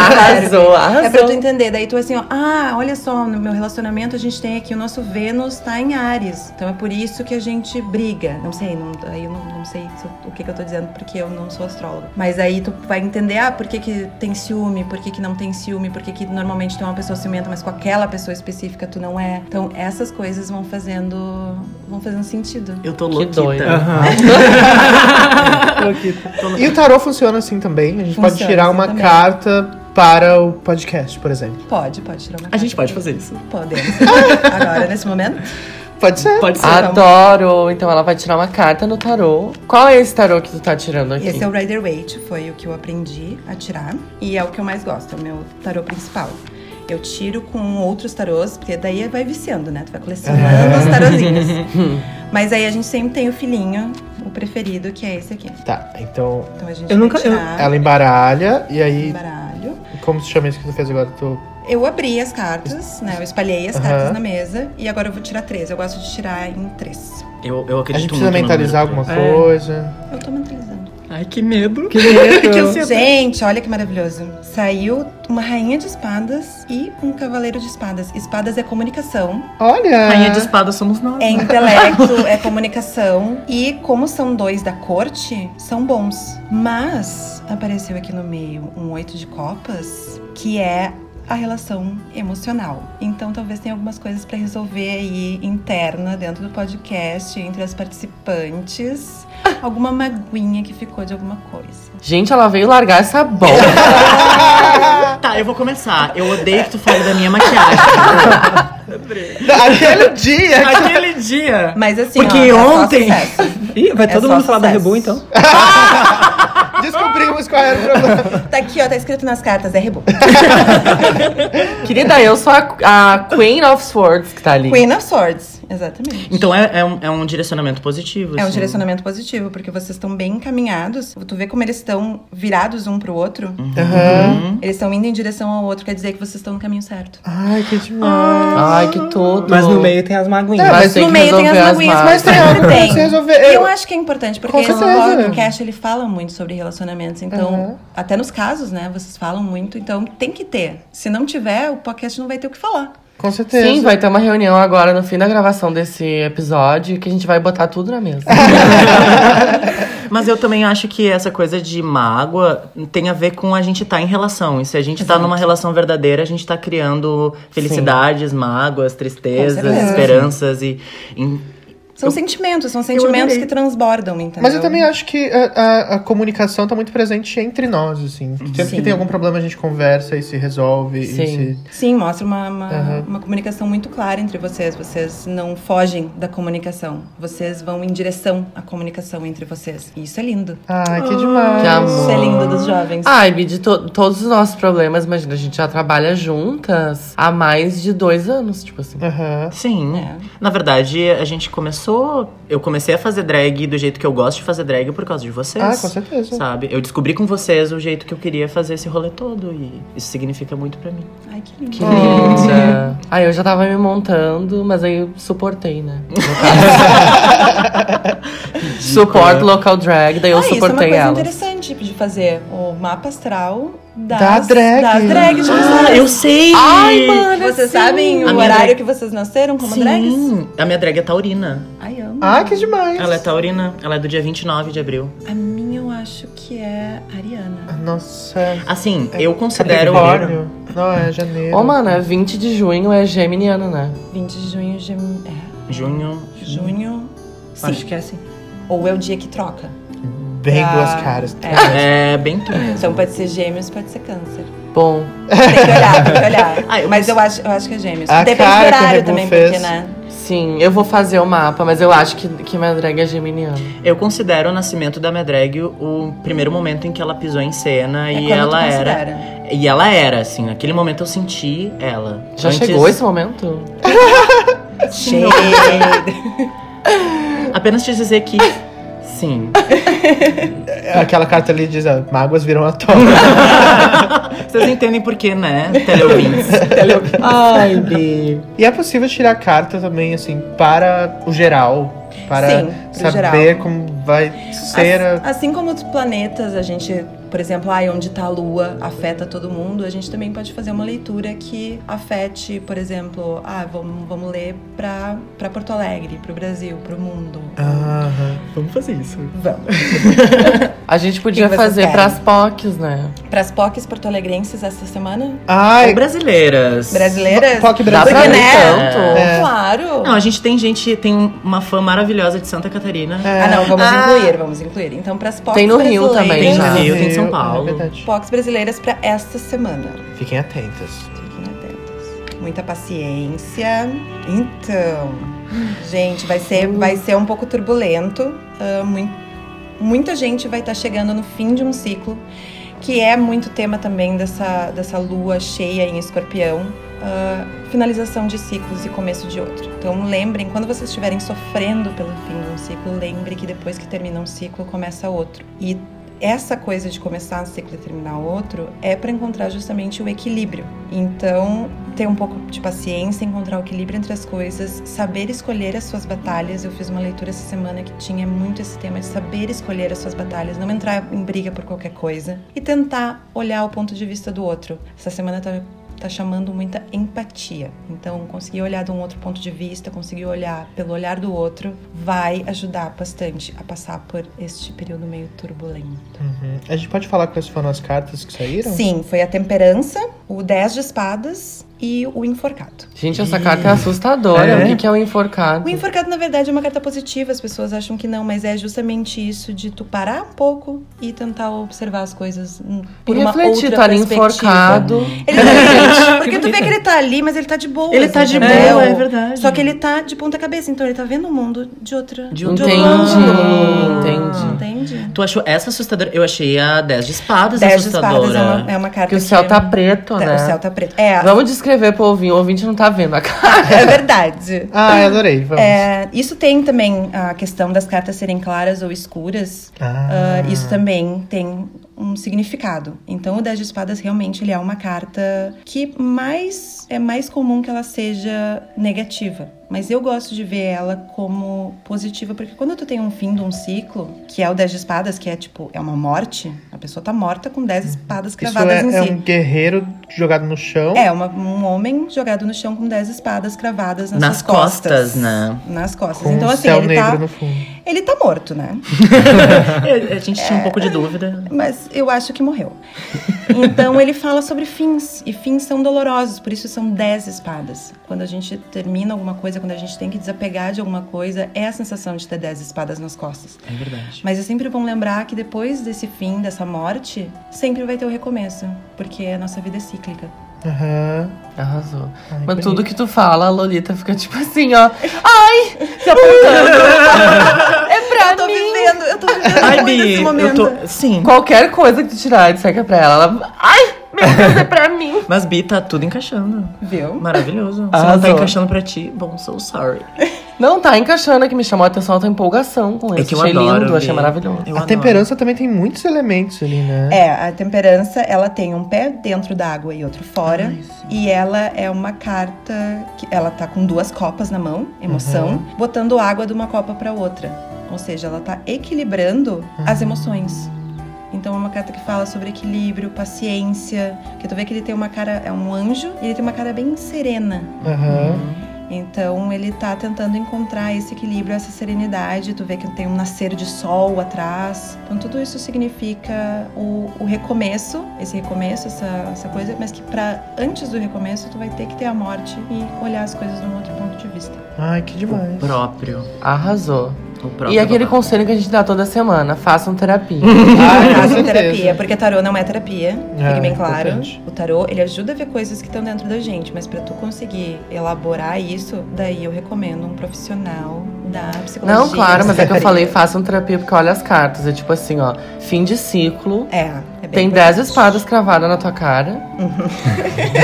[SPEAKER 2] Arrasou,
[SPEAKER 4] É pra tu
[SPEAKER 2] arrasou.
[SPEAKER 4] entender. Daí tu assim, ó, ah, olha só, no meu relacionamento a gente tem aqui, o nosso Vênus tá em Ares. Então é por isso que a gente briga. Não sei, não, aí eu não, não sei se eu- o que, que eu tô dizendo, porque eu não sou astróloga. Mas aí tu vai entender, ah, por que, que tem ciúme, por que, que não tem ciúme, por que, que normalmente tu é uma pessoa ciumenta, mas com aquela pessoa específica tu não é. Então essas coisas vão fazendo. vão fazendo sentido.
[SPEAKER 5] Eu tô
[SPEAKER 2] Que
[SPEAKER 5] louquita.
[SPEAKER 2] doida.
[SPEAKER 5] [laughs]
[SPEAKER 6] Aham. [laughs]
[SPEAKER 3] E o tarô funciona assim também? A gente pode
[SPEAKER 4] Funciona
[SPEAKER 3] tirar
[SPEAKER 4] assim
[SPEAKER 3] uma
[SPEAKER 4] também.
[SPEAKER 3] carta para o podcast, por exemplo.
[SPEAKER 4] Pode, pode tirar uma
[SPEAKER 5] A gente
[SPEAKER 4] carta.
[SPEAKER 5] pode fazer isso. [laughs]
[SPEAKER 4] Podemos. Agora, nesse momento.
[SPEAKER 3] Pode ser.
[SPEAKER 5] Pode ser.
[SPEAKER 2] Adoro! Então ela vai tirar uma carta no tarô. Qual é esse tarô que tu tá tirando aqui?
[SPEAKER 4] Esse é o Rider Waite, foi o que eu aprendi a tirar e é o que eu mais gosto, é o meu tarô principal. Eu tiro com outros tarôs, porque daí vai viciando, né? Tu vai
[SPEAKER 6] É.
[SPEAKER 4] colecionando os
[SPEAKER 6] [laughs]
[SPEAKER 4] tarôzinhos. Mas aí a gente sempre tem o filhinho, o preferido, que é esse aqui.
[SPEAKER 3] Tá, então
[SPEAKER 4] Então a gente
[SPEAKER 6] Eu
[SPEAKER 4] vai
[SPEAKER 6] nunca- eu-
[SPEAKER 4] tirar
[SPEAKER 3] ela embaralha e aí,
[SPEAKER 4] o baralho.
[SPEAKER 3] como se chama isso que tu fez agora? Tu...
[SPEAKER 4] Eu abri as cartas, né? Eu espalhei as
[SPEAKER 3] Aham.
[SPEAKER 4] cartas na mesa e agora eu vou tirar três. Eu gosto de tirar em três.
[SPEAKER 5] Eu, eu
[SPEAKER 3] A
[SPEAKER 5] acredito
[SPEAKER 3] gente precisa
[SPEAKER 5] muito no
[SPEAKER 3] mentalizar
[SPEAKER 5] número
[SPEAKER 3] alguma
[SPEAKER 6] É.
[SPEAKER 3] coisa.
[SPEAKER 4] Eu tô mentalizando.
[SPEAKER 5] três. Ai, que medo.
[SPEAKER 6] Que medo.
[SPEAKER 4] Então, Gente, olha que maravilhoso. Saiu uma rainha de espadas e um cavaleiro de espadas. Espadas é comunicação.
[SPEAKER 3] Olha!
[SPEAKER 5] Rainha de espada somos nós. [laughs]
[SPEAKER 4] É intelecto, é comunicação. E como são dois da corte, são bons. Mas apareceu aqui no meio um oito de copas, que é a relação emocional. Então talvez tenha algumas coisas pra resolver aí interna dentro do podcast, entre as
[SPEAKER 5] [laughs]
[SPEAKER 4] participantes, alguma maguinha que ficou de alguma coisa.
[SPEAKER 2] Gente, ela veio largar essa bomba.
[SPEAKER 4] É.
[SPEAKER 5] Tá, eu vou começar. Eu odeio que tu fale da minha maquiagem.
[SPEAKER 3] [laughs] [laughs] Aquele dia!
[SPEAKER 5] Aquele dia.
[SPEAKER 4] Mas assim,
[SPEAKER 5] Porque
[SPEAKER 4] ó, é só
[SPEAKER 5] ontem-
[SPEAKER 4] sucesso.
[SPEAKER 6] Ih, vai
[SPEAKER 4] É
[SPEAKER 6] todo
[SPEAKER 4] só
[SPEAKER 6] mundo falar da
[SPEAKER 4] sucesso.
[SPEAKER 6] Rebu, então?
[SPEAKER 3] Descobrimos qual era o problema.
[SPEAKER 4] Tá aqui, ó, tá escrito nas cartas, é reboco.
[SPEAKER 2] Querida, eu sou a, a Queen of Swords que tá ali.
[SPEAKER 4] Queen of Swords, exatamente.
[SPEAKER 5] Então é, é um, é um direcionamento positivo.
[SPEAKER 4] É um
[SPEAKER 5] assim.
[SPEAKER 4] direcionamento positivo, porque vocês estão bem encaminhados. Tu vê como eles estão virados um pro outro.
[SPEAKER 3] Uhum. Aham.
[SPEAKER 4] Eles estão indo em direção ao outro, quer dizer que vocês estão no caminho certo.
[SPEAKER 3] Ai, que demais.
[SPEAKER 2] Ai, que tudo.
[SPEAKER 6] Mas no meio Ah, tem as maguinhas.
[SPEAKER 3] É,
[SPEAKER 2] Mas
[SPEAKER 3] mas
[SPEAKER 2] tem
[SPEAKER 4] no
[SPEAKER 2] que
[SPEAKER 4] meio tem
[SPEAKER 2] resolver
[SPEAKER 4] as
[SPEAKER 2] as
[SPEAKER 4] magoinhas,
[SPEAKER 2] mágoas.
[SPEAKER 3] Mas tem algo pra
[SPEAKER 4] Tem.
[SPEAKER 3] você resolver.
[SPEAKER 4] E
[SPEAKER 3] Eu-
[SPEAKER 4] eu acho que é importante, porque
[SPEAKER 3] Com
[SPEAKER 4] esse
[SPEAKER 3] certeza.
[SPEAKER 4] podcast, ele fala muito sobre relacionamentos. Então,
[SPEAKER 3] Uhum.
[SPEAKER 4] até nos casos, né, vocês falam muito. Então, tem que ter. Se não tiver, o podcast não vai ter o que falar.
[SPEAKER 3] Com certeza.
[SPEAKER 2] Sim, vai ter uma reunião agora no fim da gravação desse episódio que a gente vai botar tudo na [laughs] mesa.
[SPEAKER 5] Mas eu também acho que essa coisa de mágoa tem a ver com a gente estar em relação. E se a gente tá numa relação verdadeira, a gente tá criando felicidades, mágoas, tristezas,
[SPEAKER 4] Com certeza.
[SPEAKER 5] esperanças e. em-
[SPEAKER 4] São sentimentos, são sentimentos
[SPEAKER 5] adorei.
[SPEAKER 4] que transbordam,
[SPEAKER 2] Então,
[SPEAKER 4] entendeu?
[SPEAKER 3] Mas eu também acho que a, a- a comunicação tá muito presente entre nós,
[SPEAKER 2] Uhum.
[SPEAKER 3] assim. Sempre que
[SPEAKER 4] Sim.
[SPEAKER 3] tem algum problema, a gente conversa e se resolve. e
[SPEAKER 2] Sim.
[SPEAKER 3] se-
[SPEAKER 4] Sim, mostra uma, uma,
[SPEAKER 3] Aham.
[SPEAKER 4] uma comunicação muito clara entre vocês. Vocês não fogem da comunicação. Vocês vão em direção à comunicação entre vocês. E isso é lindo.
[SPEAKER 3] Ai, que demais.
[SPEAKER 2] Que amor.
[SPEAKER 4] Isso é lindo dos jovens.
[SPEAKER 2] Ai, Bi, de to- todos os nossos problemas, imagina, a gente já trabalha juntas há mais de dois anos, tipo assim.
[SPEAKER 3] Aham.
[SPEAKER 5] Sim.
[SPEAKER 4] É.
[SPEAKER 5] Na verdade, a gente começou. Eu comecei a fazer drag do jeito que eu gosto de fazer drag por causa de vocês.
[SPEAKER 3] Ah, com certeza.
[SPEAKER 5] Sabe? Eu descobri com vocês o jeito que eu queria fazer esse rolê todo. E isso significa muito pra mim.
[SPEAKER 4] Ai, que lindo.
[SPEAKER 2] É. [laughs] Querida. é. Aí eu já tava me montando, mas aí eu suportei, né? [laughs] Suporto local drag, daí eu
[SPEAKER 4] ah, isso é uma
[SPEAKER 2] suportei
[SPEAKER 4] coisa
[SPEAKER 2] ela.
[SPEAKER 4] interessante de fazer. O mapa astral das,
[SPEAKER 3] Da drag.
[SPEAKER 4] Das drag de
[SPEAKER 5] Ah,
[SPEAKER 4] vocês.
[SPEAKER 5] eu sei!
[SPEAKER 2] Ai, mano! é
[SPEAKER 4] Vocês
[SPEAKER 2] sim.
[SPEAKER 4] sabem
[SPEAKER 5] A
[SPEAKER 4] o
[SPEAKER 5] minha
[SPEAKER 4] horário
[SPEAKER 5] drag-
[SPEAKER 4] que vocês nasceram como
[SPEAKER 5] Sim,
[SPEAKER 4] drags?
[SPEAKER 5] A minha drag é taurina.
[SPEAKER 4] Ai, amo.
[SPEAKER 3] Ah, que demais.
[SPEAKER 5] Ela é taurina. Ela é do dia 29 de abril.
[SPEAKER 4] A minha eu acho que é Ariana.
[SPEAKER 3] Nossa.
[SPEAKER 5] Assim,
[SPEAKER 4] É.
[SPEAKER 5] eu considero...
[SPEAKER 2] um
[SPEAKER 3] Capricórnio. Não, é janeiro.
[SPEAKER 2] Ô, mano, é 20 de junho é geminiano, né?
[SPEAKER 4] 20 de junho, gem... é,
[SPEAKER 5] Junho...
[SPEAKER 4] junho. Sim.
[SPEAKER 6] Acho que é assim.
[SPEAKER 4] Ou é o dia que troca.
[SPEAKER 3] Bem
[SPEAKER 4] Ah,
[SPEAKER 3] duas caras.
[SPEAKER 5] É, bem tu mesmo.
[SPEAKER 4] Então pode ser gêmeos, pode ser câncer.
[SPEAKER 2] Bom,
[SPEAKER 4] Tem que olhar, tem que
[SPEAKER 5] [laughs]
[SPEAKER 4] olhar.
[SPEAKER 5] Ah, eu
[SPEAKER 4] Mas eu acho, eu acho que é gêmeos.
[SPEAKER 3] A
[SPEAKER 4] Depende
[SPEAKER 3] cara que
[SPEAKER 4] do
[SPEAKER 3] o
[SPEAKER 4] horário
[SPEAKER 3] Rebu
[SPEAKER 4] também,
[SPEAKER 3] fez.
[SPEAKER 4] porque, né?
[SPEAKER 2] sim, eu vou fazer o mapa, mas eu acho que, que minha drag é geminiana.
[SPEAKER 5] Eu considero o nascimento da Medrag o primeiro momento em que ela pisou em cena
[SPEAKER 4] É
[SPEAKER 5] e
[SPEAKER 4] quando
[SPEAKER 5] ela
[SPEAKER 4] tu
[SPEAKER 5] era.
[SPEAKER 4] considera.
[SPEAKER 5] E ela era, assim, naquele momento eu senti ela.
[SPEAKER 2] Já
[SPEAKER 5] Antes-
[SPEAKER 2] chegou esse momento?
[SPEAKER 4] Cheio.
[SPEAKER 5] Apenas te dizer que. Sim.
[SPEAKER 3] Aquela carta ali diz, ó, mágoas viram à tona.
[SPEAKER 2] [laughs]
[SPEAKER 5] Vocês entendem por quê, né?
[SPEAKER 4] [laughs]
[SPEAKER 5] Teleouvintes.
[SPEAKER 6] [laughs] Ai, Bi.
[SPEAKER 3] E é possível tirar carta também, assim, para o geral. Para
[SPEAKER 4] Sim, pro
[SPEAKER 3] saber
[SPEAKER 4] geral.
[SPEAKER 3] como vai ser. a-
[SPEAKER 4] As- assim como os planetas, a gente, por exemplo, ai, onde está a Lua afeta todo mundo, a gente também pode fazer uma leitura que afete, por exemplo, ah, vamos, vamos ler para pra Porto Alegre, para o Brasil, para o mundo.
[SPEAKER 3] Ah. Aham.
[SPEAKER 5] Vamos fazer isso.
[SPEAKER 4] Vamos.
[SPEAKER 2] A gente podia
[SPEAKER 4] Quem vocês
[SPEAKER 2] fazer
[SPEAKER 4] querem?
[SPEAKER 2] pras POCs, né?
[SPEAKER 4] Para as POCs porto-alegrenses essa semana?
[SPEAKER 5] Ou
[SPEAKER 3] Ai,
[SPEAKER 5] brasileiras.
[SPEAKER 4] Brasileiras?
[SPEAKER 3] POC
[SPEAKER 2] Dá pra
[SPEAKER 3] brasileiro.
[SPEAKER 4] Porque,
[SPEAKER 2] ver
[SPEAKER 4] né?
[SPEAKER 2] tanto.
[SPEAKER 3] É.
[SPEAKER 4] Claro!
[SPEAKER 5] Não, a gente tem gente, tem uma fã maravilhosa de Santa Catarina.
[SPEAKER 3] É.
[SPEAKER 4] Ah, não, vamos
[SPEAKER 5] Ah.
[SPEAKER 4] incluir, vamos incluir. Então, para as POCs
[SPEAKER 2] Tem no Rio também,
[SPEAKER 5] Tem
[SPEAKER 4] brasileiras,
[SPEAKER 5] no
[SPEAKER 3] Ah,
[SPEAKER 5] Rio, tem em São
[SPEAKER 3] é
[SPEAKER 5] Paulo.
[SPEAKER 3] verdade.
[SPEAKER 4] POCs brasileiras para esta semana.
[SPEAKER 3] Fiquem atentas.
[SPEAKER 4] Fiquem atentos. Muita paciência. Então, gente, vai ser, vai ser um pouco turbulento. Ah, mui- muita gente vai estar chegando no fim de um ciclo, que é muito tema também dessa, dessa lua cheia em escorpião. ah, finalização de ciclos e começo de outro. Então lembrem, quando vocês estiverem sofrendo pelo fim de um ciclo, lembre que depois que termina um ciclo, começa outro. E essa coisa de começar um ciclo e terminar outro é para encontrar justamente o equilíbrio. Então, ter um pouco de paciência, encontrar o equilíbrio entre as coisas, saber escolher as suas batalhas. Eu fiz uma leitura essa semana que tinha muito esse tema de saber escolher as suas batalhas, não entrar em briga por qualquer coisa e tentar olhar o ponto de vista do outro. Essa semana tá tá chamando muita empatia. Então, conseguir olhar de um outro ponto de vista, conseguir olhar pelo olhar do outro, vai ajudar bastante a passar por este período meio turbulento.
[SPEAKER 3] Uhum. A gente pode falar quais foram as cartas que saíram?
[SPEAKER 4] Sim, foi a temperança, o 10 de espadas e o enforcado.
[SPEAKER 2] Gente, essa carta é assustadora.
[SPEAKER 3] É.
[SPEAKER 2] O que, que é o enforcado?
[SPEAKER 4] O enforcado, na verdade, é uma carta positiva, as pessoas acham que não, mas é justamente isso de tu parar um pouco e tentar observar as coisas hum, por
[SPEAKER 2] e
[SPEAKER 4] uma
[SPEAKER 2] refletir,
[SPEAKER 4] outra
[SPEAKER 2] tá ali
[SPEAKER 4] perspectiva.
[SPEAKER 2] enforcado.
[SPEAKER 4] Ele
[SPEAKER 2] [laughs]
[SPEAKER 4] tá, porque tu vê que ele tá ali, mas ele tá de boa.
[SPEAKER 5] Ele tá de boa, é verdade.
[SPEAKER 4] Só que ele tá de ponta cabeça, então ele tá vendo o mundo de outra.
[SPEAKER 5] De
[SPEAKER 4] outro
[SPEAKER 2] Entendi,
[SPEAKER 4] ângulo.
[SPEAKER 2] entendi.
[SPEAKER 4] Entendi.
[SPEAKER 5] Tu achou essa assustadora? Eu achei a 10 de espadas
[SPEAKER 4] Dez de
[SPEAKER 5] assustadora.
[SPEAKER 4] espadas é uma, é uma carta
[SPEAKER 2] Porque o céu
[SPEAKER 4] que-
[SPEAKER 2] tá preto,
[SPEAKER 4] Tá,
[SPEAKER 2] né?
[SPEAKER 4] O céu tá preto. É,
[SPEAKER 2] Vamos descrever pro ouvinte. O ouvinte não tá vendo a cara.
[SPEAKER 4] [laughs] é verdade.
[SPEAKER 3] Ah, eu adorei, vamos.
[SPEAKER 4] É, isso tem também a questão das cartas serem claras ou escuras.
[SPEAKER 3] Ah.
[SPEAKER 4] Ah, isso também tem um significado. Então, o 10 de espadas realmente ele é uma carta que mais é mais comum que ela seja negativa. Mas eu gosto de ver ela como positiva, porque quando tu tem um fim de um ciclo, que é o 10 de espadas, que é tipo, é uma morte, a pessoa tá morta com 10 espadas
[SPEAKER 3] Isso
[SPEAKER 4] cravadas
[SPEAKER 3] é,
[SPEAKER 4] em
[SPEAKER 3] é
[SPEAKER 4] si.
[SPEAKER 3] um guerreiro jogado no chão.
[SPEAKER 4] É, uma- um homem jogado no chão com 10 espadas cravadas nas,
[SPEAKER 5] Nas
[SPEAKER 4] suas costas.
[SPEAKER 5] costas, né?
[SPEAKER 4] Nas costas.
[SPEAKER 3] Com
[SPEAKER 4] então,
[SPEAKER 3] o
[SPEAKER 4] assim,
[SPEAKER 3] céu
[SPEAKER 4] ele
[SPEAKER 3] negro
[SPEAKER 4] tá,
[SPEAKER 3] no fundo.
[SPEAKER 4] ele tá morto, né?
[SPEAKER 5] A gente
[SPEAKER 4] É.
[SPEAKER 5] tinha um pouco de dúvida.
[SPEAKER 4] Mas eu acho que morreu. Então ele fala sobre fins, e fins são dolorosos, por isso são 10 espadas. Quando a gente termina alguma coisa, quando a gente tem que desapegar de alguma coisa, é a sensação de ter 10 espadas nas costas.
[SPEAKER 5] É verdade.
[SPEAKER 4] Mas é sempre bom lembrar que depois desse fim, dessa morte, sempre vai ter o recomeço, porque a nossa vida é cíclica.
[SPEAKER 3] Aham.
[SPEAKER 2] Arrasou.
[SPEAKER 3] Ai,
[SPEAKER 2] Mas
[SPEAKER 3] que
[SPEAKER 2] tudo
[SPEAKER 3] bonito.
[SPEAKER 2] que tu fala, a Lolita fica tipo assim, ó. Ai! Se
[SPEAKER 4] [laughs]
[SPEAKER 2] apontando. é pra
[SPEAKER 4] Eu tô
[SPEAKER 2] mim.
[SPEAKER 4] vivendo, eu tô vivendo
[SPEAKER 5] Ai,
[SPEAKER 4] muito esse
[SPEAKER 5] Bi, eu
[SPEAKER 4] momento.
[SPEAKER 5] tô. Sim.
[SPEAKER 2] Qualquer coisa que tu tirar de seca pra ela, ela. Ai! Meu Deus, é pra mim.
[SPEAKER 5] Mas Bi, tá tudo encaixando.
[SPEAKER 4] Viu?
[SPEAKER 5] Maravilhoso. Se não tá
[SPEAKER 2] Arrasou.
[SPEAKER 5] encaixando pra ti, bom, so sorry.
[SPEAKER 2] Não, tá encaixando aqui, me chamou a atenção a tua empolgação com
[SPEAKER 5] É
[SPEAKER 2] isso.
[SPEAKER 5] que eu
[SPEAKER 2] achei
[SPEAKER 5] adoro
[SPEAKER 2] lindo,
[SPEAKER 5] ver.
[SPEAKER 2] achei maravilhoso.
[SPEAKER 5] Eu
[SPEAKER 3] a
[SPEAKER 5] adoro.
[SPEAKER 3] temperança também tem muitos elementos ali, né?
[SPEAKER 4] É, a temperança, ela tem um pé dentro da água e outro fora. e ela é uma carta que ela tá com duas copas na mão, emoção, botando água de uma copa para outra. Ou seja, ela tá equilibrando as emoções. Então é uma carta que fala sobre equilíbrio, paciência, que tu vê que ele tem uma cara, é um anjo, e ele tem uma cara bem serena.
[SPEAKER 3] Aham.
[SPEAKER 4] Então ele tá tentando encontrar esse equilíbrio, essa serenidade. Tu vê que tem um nascer de sol atrás. Então tudo isso significa o, o recomeço, esse recomeço, essa, essa coisa, mas que para antes do recomeço tu vai ter que ter a morte e olhar as coisas de um outro ponto de vista.
[SPEAKER 3] Ai, que demais.
[SPEAKER 5] Próprio.
[SPEAKER 2] Arrasou.
[SPEAKER 5] O próprio.
[SPEAKER 2] E aquele
[SPEAKER 5] babado.
[SPEAKER 2] conselho que a gente dá toda semana, façam
[SPEAKER 5] [laughs]
[SPEAKER 2] terapia.
[SPEAKER 4] [laughs]
[SPEAKER 3] Ai, Ah, com
[SPEAKER 4] Façam
[SPEAKER 3] certeza.
[SPEAKER 4] terapia, porque tarô não é terapia,
[SPEAKER 3] É,
[SPEAKER 4] fique bem claro.
[SPEAKER 3] importante.
[SPEAKER 4] O tarô, ele ajuda a ver coisas que estão dentro da gente, mas para tu conseguir elaborar isso, daí eu recomendo um profissional da psicologia.
[SPEAKER 2] Não, claro, mas é que eu
[SPEAKER 4] psiquiatria.
[SPEAKER 2] falei, façam terapia porque olha as cartas. É tipo assim, ó, fim de ciclo.
[SPEAKER 4] É, é bem
[SPEAKER 2] Tem
[SPEAKER 4] importante.
[SPEAKER 2] 10 espadas cravadas na tua
[SPEAKER 5] [laughs]
[SPEAKER 2] cara.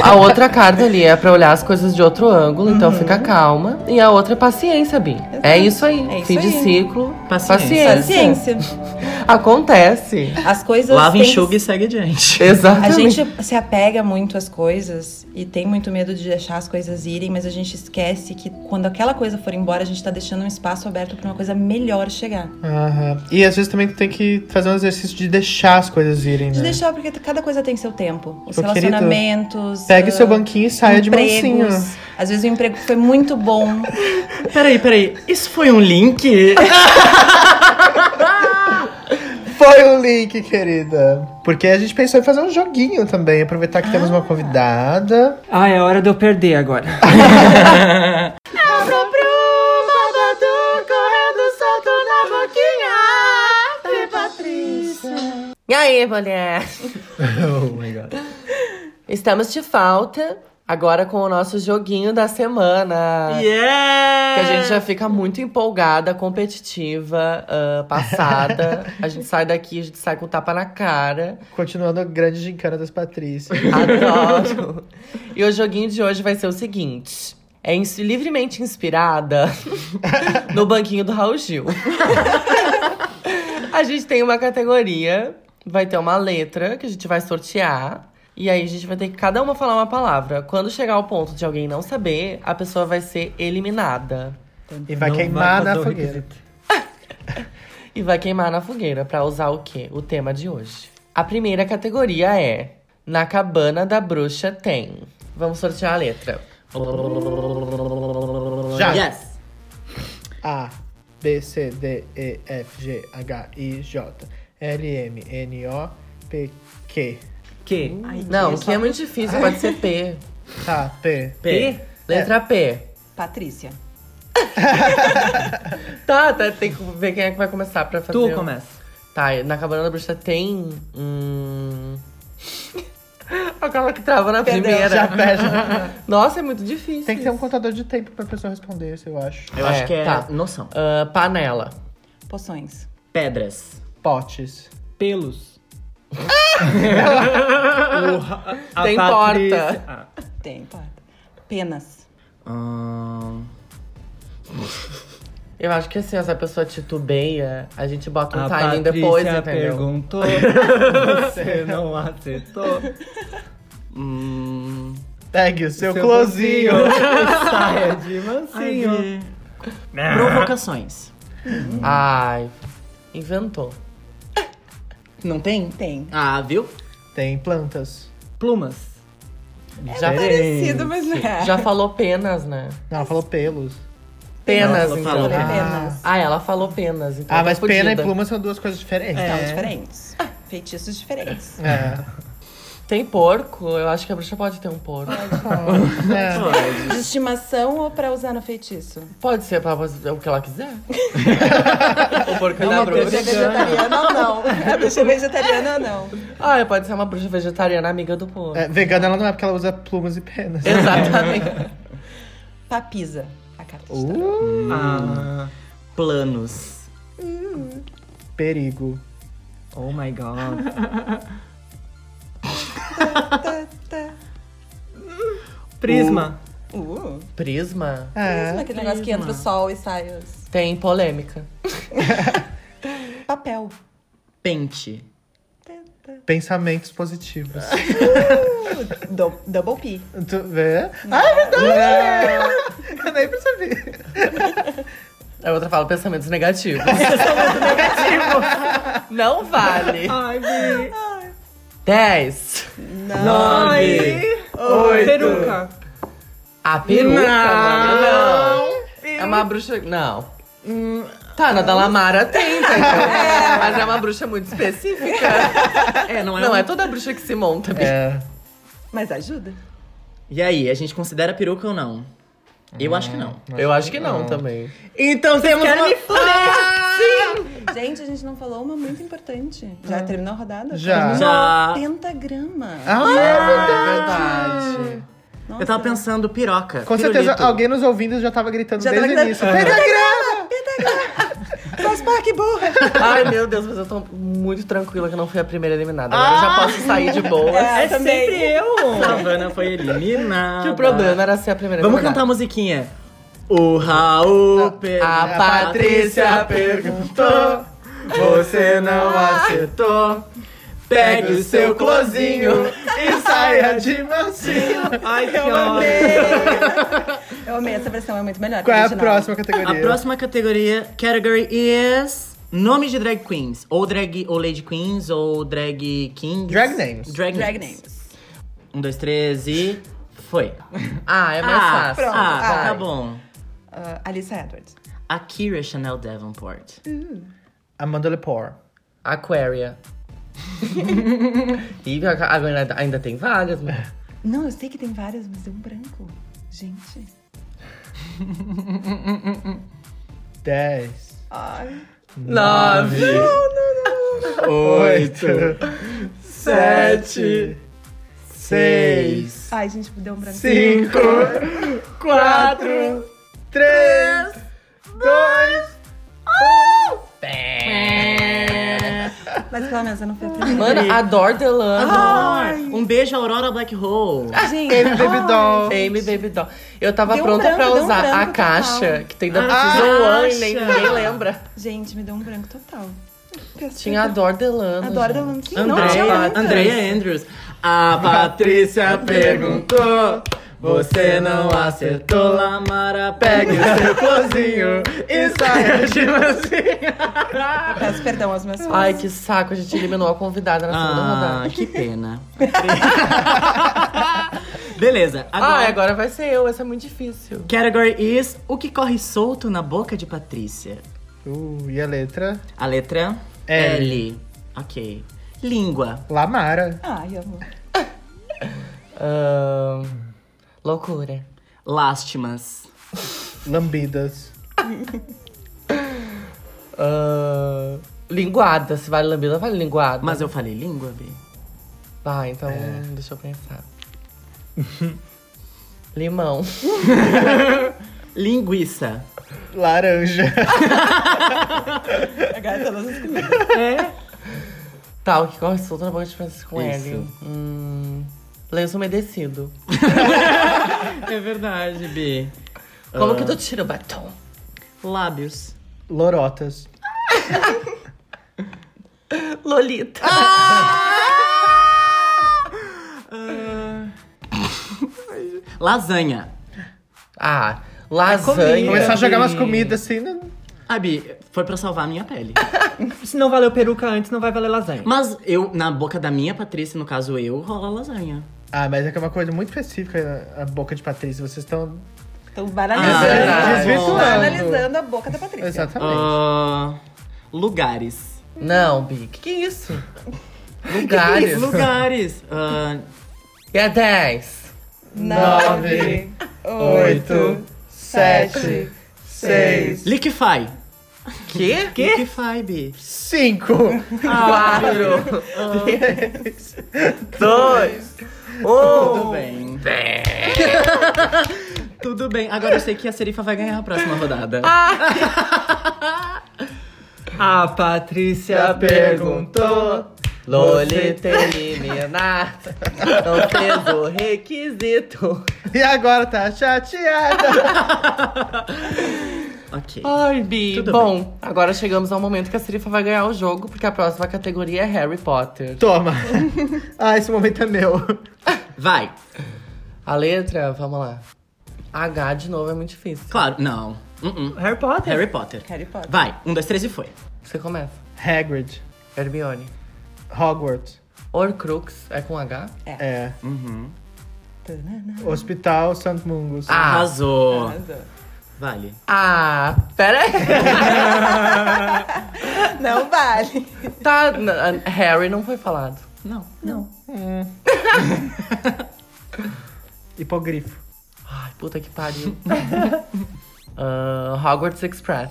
[SPEAKER 2] A outra carta ali é pra olhar as coisas de outro ângulo, então
[SPEAKER 5] Uhum.
[SPEAKER 2] fica calma. E a outra é paciência, Bi. É
[SPEAKER 4] Exato.
[SPEAKER 2] isso aí.
[SPEAKER 4] É isso
[SPEAKER 2] Fim de
[SPEAKER 4] aí.
[SPEAKER 2] ciclo,
[SPEAKER 5] Paciência.
[SPEAKER 2] paciência.
[SPEAKER 4] Paciência.
[SPEAKER 5] [laughs]
[SPEAKER 2] Acontece.
[SPEAKER 4] É, As coisas.
[SPEAKER 5] Lava,
[SPEAKER 4] têm-
[SPEAKER 5] enxuga e segue adiante.
[SPEAKER 4] A
[SPEAKER 2] Exatamente.
[SPEAKER 4] gente se apega muito às coisas e tem muito medo de deixar as coisas irem, mas a gente esquece que quando aquela coisa for embora, a gente tá deixando um espaço aberto pra uma coisa melhor chegar.
[SPEAKER 3] Aham. E às vezes também tu tem que fazer um exercício de deixar as coisas irem,
[SPEAKER 4] De
[SPEAKER 3] né?
[SPEAKER 4] deixar, porque cada coisa tem seu tempo. Os
[SPEAKER 3] Ô, querido,
[SPEAKER 4] relacionamentos.
[SPEAKER 3] Pegue
[SPEAKER 4] ah,
[SPEAKER 3] seu banquinho e saia de mansinho.
[SPEAKER 4] empregos. Às vezes o emprego foi muito bom.
[SPEAKER 5] Peraí, peraí. Isso foi um link?
[SPEAKER 3] Foi o link, querida. Porque a gente pensou em fazer um joguinho também. Aproveitar que temos uma convidada.
[SPEAKER 6] Ah, é hora de eu perder agora.
[SPEAKER 1] Abra pro babado, correndo solto na boquinha. Ave Patrícia.
[SPEAKER 2] E aí, mulher?
[SPEAKER 3] [laughs] Oh my god.
[SPEAKER 2] Estamos de falta agora com o nosso joguinho da semana.
[SPEAKER 5] yeah!
[SPEAKER 2] Que a gente já fica muito empolgada, competitiva, ah, passada. a gente sai daqui, a gente sai com tapa na cara.
[SPEAKER 3] Continuando a grande gincana das Patrícias.
[SPEAKER 2] Adoro. e o joguinho de hoje vai ser o seguinte. É ins- livremente inspirada [laughs] no banquinho do Raul Gil. [laughs] a gente tem uma categoria, vai ter uma letra que a gente vai sortear. E aí a gente vai ter que cada uma falar uma palavra. Quando chegar ao ponto de alguém não saber, a pessoa vai ser eliminada.
[SPEAKER 3] E vai
[SPEAKER 6] Não
[SPEAKER 3] queimar
[SPEAKER 6] vai
[SPEAKER 3] na
[SPEAKER 6] fazer o
[SPEAKER 3] fogueira.
[SPEAKER 2] E vai queimar na fogueira pra usar o quê? O tema de hoje. A primeira categoria é Na cabana da bruxa tem. Vamos sortear a letra.
[SPEAKER 3] Já.
[SPEAKER 5] Yes.
[SPEAKER 3] A, B, C, D, E, F, G, H, I, J, L, M, N, O, P, Q.
[SPEAKER 5] Que?
[SPEAKER 2] Não, o que é muito difícil, pode ser P.
[SPEAKER 3] Tá, P.
[SPEAKER 5] [laughs] P.
[SPEAKER 2] Letra P.
[SPEAKER 4] Patrícia.
[SPEAKER 2] Tá, tá, tem que ver quem é que vai começar pra fazer.
[SPEAKER 5] Tu
[SPEAKER 2] o-
[SPEAKER 5] começa.
[SPEAKER 2] Tá, na cabana da bruxa tem. [laughs] Hum... Aquela que trava na
[SPEAKER 4] Perdeu,
[SPEAKER 2] primeira.
[SPEAKER 3] Já perde.
[SPEAKER 2] [laughs] Nossa, é muito difícil.
[SPEAKER 3] Tem que ter um contador de tempo pra pessoa responder isso, eu acho.
[SPEAKER 5] Eu acho que é
[SPEAKER 2] tá.
[SPEAKER 5] noção.
[SPEAKER 2] Ah, panela.
[SPEAKER 4] Poções.
[SPEAKER 5] Pedras.
[SPEAKER 3] Potes.
[SPEAKER 2] [laughs]
[SPEAKER 6] Pelos.
[SPEAKER 5] A
[SPEAKER 2] tem
[SPEAKER 5] Patrícia-
[SPEAKER 2] porta.
[SPEAKER 5] Ah.
[SPEAKER 4] Tem, tá. Penas.
[SPEAKER 5] Ahn,
[SPEAKER 2] Eu acho que assim, se a pessoa titubeia, a gente bota um
[SPEAKER 6] A
[SPEAKER 2] timing
[SPEAKER 6] Patrícia
[SPEAKER 2] depois, entendeu?
[SPEAKER 6] perguntou, [laughs] você não acertou.
[SPEAKER 5] hum,
[SPEAKER 3] Pegue o seu,
[SPEAKER 6] Seu
[SPEAKER 3] closinho.
[SPEAKER 6] bolsinho, Saia É de
[SPEAKER 5] ai,
[SPEAKER 6] mansinho.
[SPEAKER 5] vi. Provocações.
[SPEAKER 2] Ai, inventou.
[SPEAKER 5] Não tem?
[SPEAKER 4] Tem.
[SPEAKER 5] Ah, viu?
[SPEAKER 3] Tem [laughs] plantas.
[SPEAKER 6] Plumas.
[SPEAKER 2] Já,
[SPEAKER 4] Parecido, mas não é.
[SPEAKER 2] já falou penas, né?
[SPEAKER 3] Não, ela falou pelos.
[SPEAKER 2] Penas,
[SPEAKER 5] Não, ela
[SPEAKER 2] então.
[SPEAKER 5] falou
[SPEAKER 4] Falei
[SPEAKER 2] Ah.
[SPEAKER 4] penas.
[SPEAKER 2] Ah, ela falou penas. Então
[SPEAKER 3] Ah,
[SPEAKER 2] eu tô
[SPEAKER 3] mas pena e
[SPEAKER 2] fodida.
[SPEAKER 3] pluma são duas coisas diferentes.
[SPEAKER 4] São diferentes. Ah, Feitiços diferentes.
[SPEAKER 3] É.
[SPEAKER 2] Tem porco? Eu acho que a bruxa pode ter um porco.
[SPEAKER 3] É.
[SPEAKER 4] De estimação ou pra usar no feitiço?
[SPEAKER 2] Pode ser pra você, o que ela quiser. o porco da
[SPEAKER 6] uma
[SPEAKER 2] bruxa.
[SPEAKER 4] Bruxa vegetariana ou [laughs] não? A bruxa vegetariana ou não?
[SPEAKER 2] Ah, pode ser uma bruxa vegetariana amiga do porco.
[SPEAKER 3] É, Vegana ela não é porque ela usa plumas e penas.
[SPEAKER 2] Exatamente.
[SPEAKER 4] Papisa. A carta de tarô.
[SPEAKER 3] Uh,
[SPEAKER 6] Ah,
[SPEAKER 5] Planos.
[SPEAKER 3] perigo.
[SPEAKER 6] oh my god.
[SPEAKER 4] Tá, tá.
[SPEAKER 6] Prisma.
[SPEAKER 4] Uh,
[SPEAKER 2] [laughs] Prisma?
[SPEAKER 3] É.
[SPEAKER 7] Prisma, aquele negócio que entra o sol e sai os...
[SPEAKER 2] Tem polêmica.
[SPEAKER 4] Papel.
[SPEAKER 5] Pente.
[SPEAKER 3] Pensamentos positivos.
[SPEAKER 4] Do- double P.
[SPEAKER 3] tu vê? Ah, é verdade! Eu nem percebi.
[SPEAKER 2] A outra fala pensamentos [laughs] negativos. Não vale.
[SPEAKER 6] Ai, Vi.
[SPEAKER 2] 10.
[SPEAKER 6] Oi. Peruca.
[SPEAKER 2] A peruca, mano, não. É uma bruxa. Não. Tá, na da Lamara tem, tá, então. Mas é uma bruxa muito específica.
[SPEAKER 5] É, não é.
[SPEAKER 2] Não
[SPEAKER 5] um-
[SPEAKER 2] é toda bruxa que se monta, bicho.
[SPEAKER 3] É.
[SPEAKER 4] Mas ajuda.
[SPEAKER 5] E aí, a gente considera peruca ou não? Eu acho que não.
[SPEAKER 2] Eu acho que não também.
[SPEAKER 5] Então temos uma...
[SPEAKER 4] Gente, a gente não falou uma muito importante. Já terminou a rodada?
[SPEAKER 3] Já.
[SPEAKER 5] Já.
[SPEAKER 4] Pentagrama.
[SPEAKER 3] Ah,
[SPEAKER 2] É verdade.
[SPEAKER 5] Eu tava pensando piroca.
[SPEAKER 3] Com
[SPEAKER 5] pirulito.
[SPEAKER 3] certeza alguém nos ouvindo já tava gritando
[SPEAKER 4] Já tá tava
[SPEAKER 3] desde o início. né?
[SPEAKER 4] gritando.
[SPEAKER 3] Pentagrama!
[SPEAKER 4] Faz parque burra.
[SPEAKER 2] Ai, meu Deus, mas eu tô muito tranquila que eu não fui a primeira eliminada. Agora eu já posso sair de [laughs] boa.
[SPEAKER 7] É, também.
[SPEAKER 5] eu! Savana foi eliminada.
[SPEAKER 2] Que o problema era ser a primeira
[SPEAKER 5] Vamos
[SPEAKER 2] eliminada.
[SPEAKER 5] cantar a musiquinha. O Raul per...
[SPEAKER 2] A Patrícia perguntou.
[SPEAKER 3] Você não
[SPEAKER 5] acertou. Pegue o seu closinho.
[SPEAKER 3] e saia de mansinho.
[SPEAKER 5] Ai, que ódio.
[SPEAKER 4] Eu amei, essa versão é muito melhor.
[SPEAKER 3] Qual é a
[SPEAKER 4] original.
[SPEAKER 3] próxima categoria?
[SPEAKER 5] A próxima categoria, category is nome de drag queens, ou drag ou lady queens ou drag kings.
[SPEAKER 3] Drag names.
[SPEAKER 5] Drag,
[SPEAKER 4] Drag
[SPEAKER 5] names.
[SPEAKER 4] Names.
[SPEAKER 5] Um, dois, três e foi.
[SPEAKER 2] Ah, é mais
[SPEAKER 5] ah,
[SPEAKER 2] fácil.
[SPEAKER 5] ah,
[SPEAKER 2] vai.
[SPEAKER 5] tá bom.
[SPEAKER 4] Ah, Alissa Edwards.
[SPEAKER 5] Akira Chanel Davenport.
[SPEAKER 3] Amanda Lepore.
[SPEAKER 2] [laughs] Aquaria. e a- a- ainda, ainda tem várias, mas.
[SPEAKER 4] Não, eu sei que tem várias, mas deu um branco. Gente.
[SPEAKER 3] 10.
[SPEAKER 4] Ai.
[SPEAKER 2] Nove!
[SPEAKER 3] Oito. Sete. Seis.
[SPEAKER 4] Ai, gente, deu um branco.
[SPEAKER 3] 5, 4, 3, 2.
[SPEAKER 4] Mas pelo menos eu não fui a primeira.
[SPEAKER 2] Mano, adoro Delano.
[SPEAKER 5] Um beijo, Aurora Black Hole.
[SPEAKER 4] Gente,
[SPEAKER 3] Ele baby doll.
[SPEAKER 2] Amy Baby Doll. Eu tava
[SPEAKER 4] Deu um
[SPEAKER 2] pronta
[SPEAKER 4] branco,
[SPEAKER 2] pra
[SPEAKER 4] deu um
[SPEAKER 2] usar a
[SPEAKER 4] branco
[SPEAKER 2] caixa
[SPEAKER 4] total.
[SPEAKER 2] que tem da
[SPEAKER 5] Ah,
[SPEAKER 2] Precision One,
[SPEAKER 5] caixa.
[SPEAKER 2] nem ninguém lembra.
[SPEAKER 4] gente, me deu um branco total.
[SPEAKER 2] Tinha a Dor Delano.
[SPEAKER 4] Adoro da
[SPEAKER 2] gente.
[SPEAKER 4] Lanquinha. Não tinha
[SPEAKER 5] Andrea,
[SPEAKER 4] muitas.
[SPEAKER 5] Andrea Andrews. A Patrícia perguntou. Você não acertou, Lamara. Pegue o seu closinho e saia de mansinha.
[SPEAKER 4] Eu Ah, Peço perdão aos meus fãs.
[SPEAKER 2] Ai, que saco, a gente eliminou a convidada na segunda
[SPEAKER 5] Ah,
[SPEAKER 2] rodada.
[SPEAKER 5] que pena. [laughs] Beleza, agora.
[SPEAKER 2] Ai, agora vai ser eu, essa Ah, é muito difícil.
[SPEAKER 5] Category is o que corre solto na boca de Patrícia.
[SPEAKER 3] Uh, e a letra?
[SPEAKER 5] A letra
[SPEAKER 3] L.
[SPEAKER 5] L. Ok. Língua.
[SPEAKER 3] Lamara.
[SPEAKER 4] Ai, amor.
[SPEAKER 2] Ahn, loucura.
[SPEAKER 5] Lástimas.
[SPEAKER 3] Lambidas.
[SPEAKER 2] Ahn, linguada, se vale lambida, vale linguada.
[SPEAKER 5] Mas eu falei língua, B.
[SPEAKER 2] Vai, então deixa eu pensar. Limão. [laughs]
[SPEAKER 5] Linguiça.
[SPEAKER 3] Laranja.
[SPEAKER 4] Agora todas as comidas.
[SPEAKER 2] Tá, o que corre solto na boca de Francisco com
[SPEAKER 5] Isso.
[SPEAKER 2] L. Hum, lenço umedecido.
[SPEAKER 5] É verdade, B.
[SPEAKER 2] Como que tu tira o batom?
[SPEAKER 5] Lábios.
[SPEAKER 3] Lorotas.
[SPEAKER 2] Lolita.
[SPEAKER 5] Lasanha.
[SPEAKER 2] Ah, lasanha.
[SPEAKER 3] Começar a jogar umas comidas assim. Não...
[SPEAKER 5] Ah, Bi, foi pra salvar a minha pele.
[SPEAKER 6] Se não valeu peruca antes, não vai valer lasanha.
[SPEAKER 5] Mas eu, na boca da minha Patrícia, no caso eu, rola lasanha.
[SPEAKER 3] Ah, mas é que é uma coisa muito específica na boca de Patrícia. Vocês estão.
[SPEAKER 4] Estão
[SPEAKER 3] é
[SPEAKER 5] Ah,
[SPEAKER 4] banalizando.
[SPEAKER 5] bom.
[SPEAKER 4] banalizando a boca da Patrícia.
[SPEAKER 3] Exatamente.
[SPEAKER 5] Ah, lugares.
[SPEAKER 2] Não, Bi, que que é [laughs] isso? Lugares.
[SPEAKER 5] [laughs] Lugares. Ah,
[SPEAKER 2] E é 10.
[SPEAKER 4] Nove, oito, sete, seis,
[SPEAKER 5] liquefy.
[SPEAKER 2] Que?
[SPEAKER 5] Liquefy, Bi.
[SPEAKER 3] Cinco.
[SPEAKER 2] 4,
[SPEAKER 3] Três.
[SPEAKER 2] 2, 1.
[SPEAKER 5] Tudo bem. Tudo bem. Agora eu sei que a Serifa vai ganhar a próxima rodada.
[SPEAKER 6] A Patrícia perguntou.
[SPEAKER 2] Lolita eliminada. Não fez o requisito.
[SPEAKER 3] E agora tá chateada.
[SPEAKER 5] Ok.
[SPEAKER 2] Ai, Bi.
[SPEAKER 5] Tudo
[SPEAKER 2] Bom, agora chegamos ao momento que a Serifa vai ganhar o jogo, porque a próxima categoria é Harry Potter.
[SPEAKER 3] [laughs] Toma. Ah, esse momento é meu.
[SPEAKER 5] Vai.
[SPEAKER 2] A letra, vamos lá. H de novo é muito difícil.
[SPEAKER 5] Claro, não. Uh-uh.
[SPEAKER 6] Harry Potter?
[SPEAKER 5] Harry Potter.
[SPEAKER 7] Harry Potter.
[SPEAKER 5] Vai. Um, dois, três e foi.
[SPEAKER 2] Você começa.
[SPEAKER 3] Hagrid.
[SPEAKER 2] Hermione.
[SPEAKER 3] Hogwarts.
[SPEAKER 2] Horcrux é com H?
[SPEAKER 3] É.
[SPEAKER 7] Tanana.
[SPEAKER 3] Hospital Santo Mungus.
[SPEAKER 2] Uhum. Ah.
[SPEAKER 5] Arrasou.
[SPEAKER 7] Arrasou.
[SPEAKER 5] Vale.
[SPEAKER 2] Ah, pera aí.
[SPEAKER 7] Não vale.
[SPEAKER 2] Tá, n- n- Harry não foi falado.
[SPEAKER 5] Não. Não.
[SPEAKER 3] Hipogrifo.
[SPEAKER 2] Ai, puta que pariu. Ah, Hogwarts Express.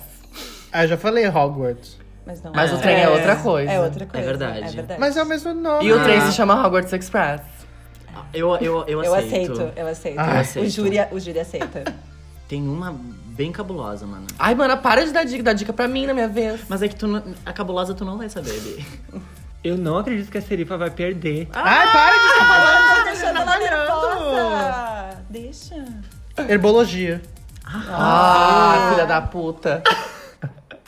[SPEAKER 3] Ah, eu já falei Hogwarts.
[SPEAKER 7] Mas não
[SPEAKER 2] Mas o trem é outra coisa.
[SPEAKER 7] É outra coisa.
[SPEAKER 5] verdade.
[SPEAKER 7] É verdade.
[SPEAKER 3] Mas é o mesmo nome.
[SPEAKER 2] E o trem
[SPEAKER 5] Ah.
[SPEAKER 2] se chama Hogwarts Express.
[SPEAKER 5] Eu, eu, eu,
[SPEAKER 7] Eu
[SPEAKER 5] aceito.
[SPEAKER 7] aceito, eu aceito.
[SPEAKER 3] Ah,
[SPEAKER 5] eu aceito.
[SPEAKER 7] O, júri, o júri aceita.
[SPEAKER 5] Tem uma bem cabulosa, mano.
[SPEAKER 2] Ai, mana, para de dar dica, dá dica pra mim na minha vez.
[SPEAKER 5] Mas é que tu não- a cabulosa tu não vai saber, Bi.
[SPEAKER 6] Eu não acredito que a Serifa vai perder.
[SPEAKER 7] Ah!
[SPEAKER 2] Ah.
[SPEAKER 3] Ai, para de ficar falando.
[SPEAKER 7] Tá deixando ela nervosa. Deixa.
[SPEAKER 3] Herbologia.
[SPEAKER 2] Ah, filha da puta.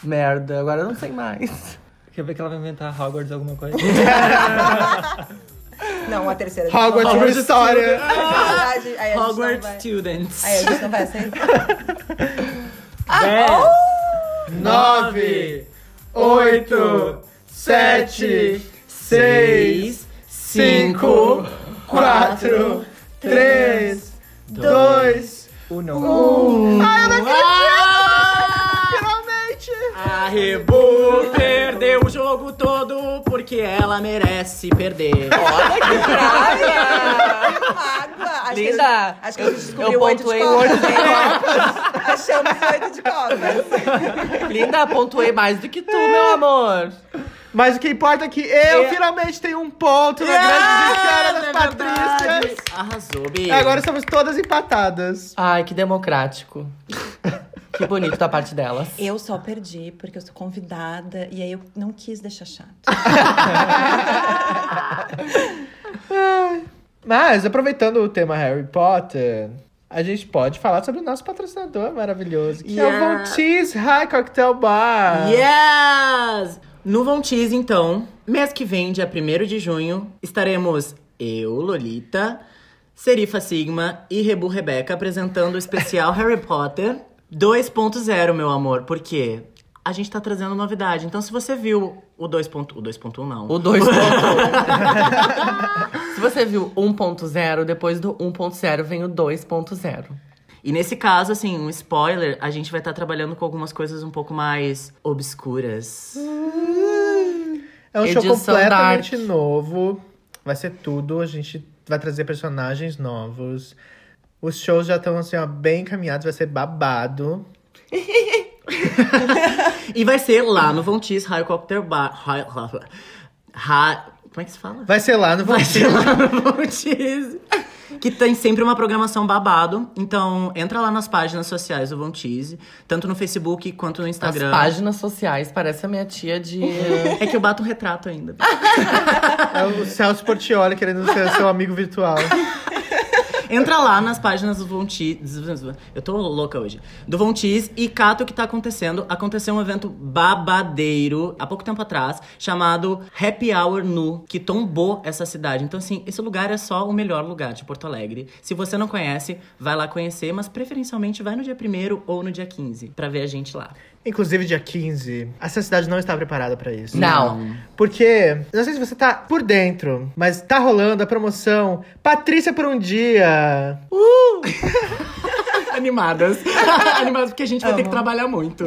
[SPEAKER 2] Merda, agora eu não sei mais.
[SPEAKER 6] Quer ver que ela vai inventar Hogwarts alguma coisa?
[SPEAKER 7] Não, a terceira.
[SPEAKER 3] Hogwarts,
[SPEAKER 5] Hogwarts
[SPEAKER 3] História.
[SPEAKER 7] Verdade, aí a gente não
[SPEAKER 5] Hogwarts
[SPEAKER 7] vai-
[SPEAKER 5] Students.
[SPEAKER 7] Aí a gente não vai aceitar.
[SPEAKER 6] 10,
[SPEAKER 3] Nove, oito, sete, seis, cinco, quatro, três, dois,
[SPEAKER 6] Uno.
[SPEAKER 3] finalmente!
[SPEAKER 5] A Rebu perdeu o jogo todo porque ela merece perder.
[SPEAKER 7] Praia! Água! Acho que
[SPEAKER 2] Linda.
[SPEAKER 7] a gente- Acho que a gente descobriu
[SPEAKER 2] eu
[SPEAKER 7] oito de
[SPEAKER 2] pontuei
[SPEAKER 7] copas.
[SPEAKER 2] oito de
[SPEAKER 7] copas. Achamos oito de copas.
[SPEAKER 2] Linda, pontuei mais do que tu, meu amor.
[SPEAKER 3] Mas o que importa é que eu finalmente tenho um ponto na grande vitória
[SPEAKER 2] É
[SPEAKER 3] das Patrícias.
[SPEAKER 5] né, Arrasou, Bi.
[SPEAKER 3] Agora estamos todas empatadas.
[SPEAKER 2] Ai, que democrático. Que bonito da parte delas.
[SPEAKER 7] [laughs] Eu só perdi porque eu sou convidada e aí eu não quis deixar chato.
[SPEAKER 3] Mas, aproveitando o tema Harry Potter, a gente pode falar sobre o nosso patrocinador maravilhoso, que é o
[SPEAKER 5] Yeah.
[SPEAKER 3] Von Teese High Cocktail Bar.
[SPEAKER 5] Yes! No Von Tease, então, mês que vem, dia 1 de junho, estaremos eu, Lolita, Serifa Sigma e Rebu Rebeca apresentando o especial Harry Potter 2.0, meu amor, porque a gente tá trazendo novidade. Então, se você viu o 2.1, o 2.1 não.
[SPEAKER 2] O 2.1.
[SPEAKER 7] [laughs]
[SPEAKER 2] Se você viu 1.0, depois do 1.0 vem o 2.0.
[SPEAKER 5] E nesse caso, assim, um spoiler, a gente vai estar trabalhando com algumas coisas um pouco mais obscuras.
[SPEAKER 3] É um show
[SPEAKER 2] Edição
[SPEAKER 3] completamente
[SPEAKER 2] Dark.
[SPEAKER 3] novo. Vai ser tudo. A gente vai trazer personagens novos. Os shows já estão assim, ó, bem encaminhados, vai ser babado.
[SPEAKER 5] E vai ser lá no Von Tease High Cocktail Bar. High, High- como é que se fala?
[SPEAKER 3] Vai ser lá no
[SPEAKER 5] Vai
[SPEAKER 3] Vontiz.
[SPEAKER 5] ser lá no Von Tease. Que tem sempre uma programação babado. Então, entra lá nas páginas sociais do Von Tease, tanto no Facebook quanto no
[SPEAKER 2] As
[SPEAKER 5] Instagram.
[SPEAKER 2] páginas sociais, parece a minha tia [laughs] de.
[SPEAKER 5] É que eu bato um retrato ainda.
[SPEAKER 3] É o Celso Portioli querendo ser seu amigo
[SPEAKER 5] [laughs]
[SPEAKER 3] virtual.
[SPEAKER 5] Entra lá nas páginas do Von Tease. Eu tô louca hoje. Do Von Tease e cata o que tá acontecendo. Aconteceu um evento babadeiro há pouco tempo atrás, chamado Happy Hour Nu, que tombou essa cidade. Então, assim, esse lugar é só o melhor lugar de Porto Alegre. Se você não conhece, vai lá conhecer, mas preferencialmente vai no dia 1 ou no dia 15 pra ver a gente lá.
[SPEAKER 3] Inclusive, dia 15, essa cidade não está preparada pra isso.
[SPEAKER 2] Não.
[SPEAKER 3] Porque, não sei se você tá por dentro, mas tá rolando a promoção Patrícia por um dia.
[SPEAKER 5] [laughs] Animadas. Animadas porque a gente vai ter que trabalhar muito.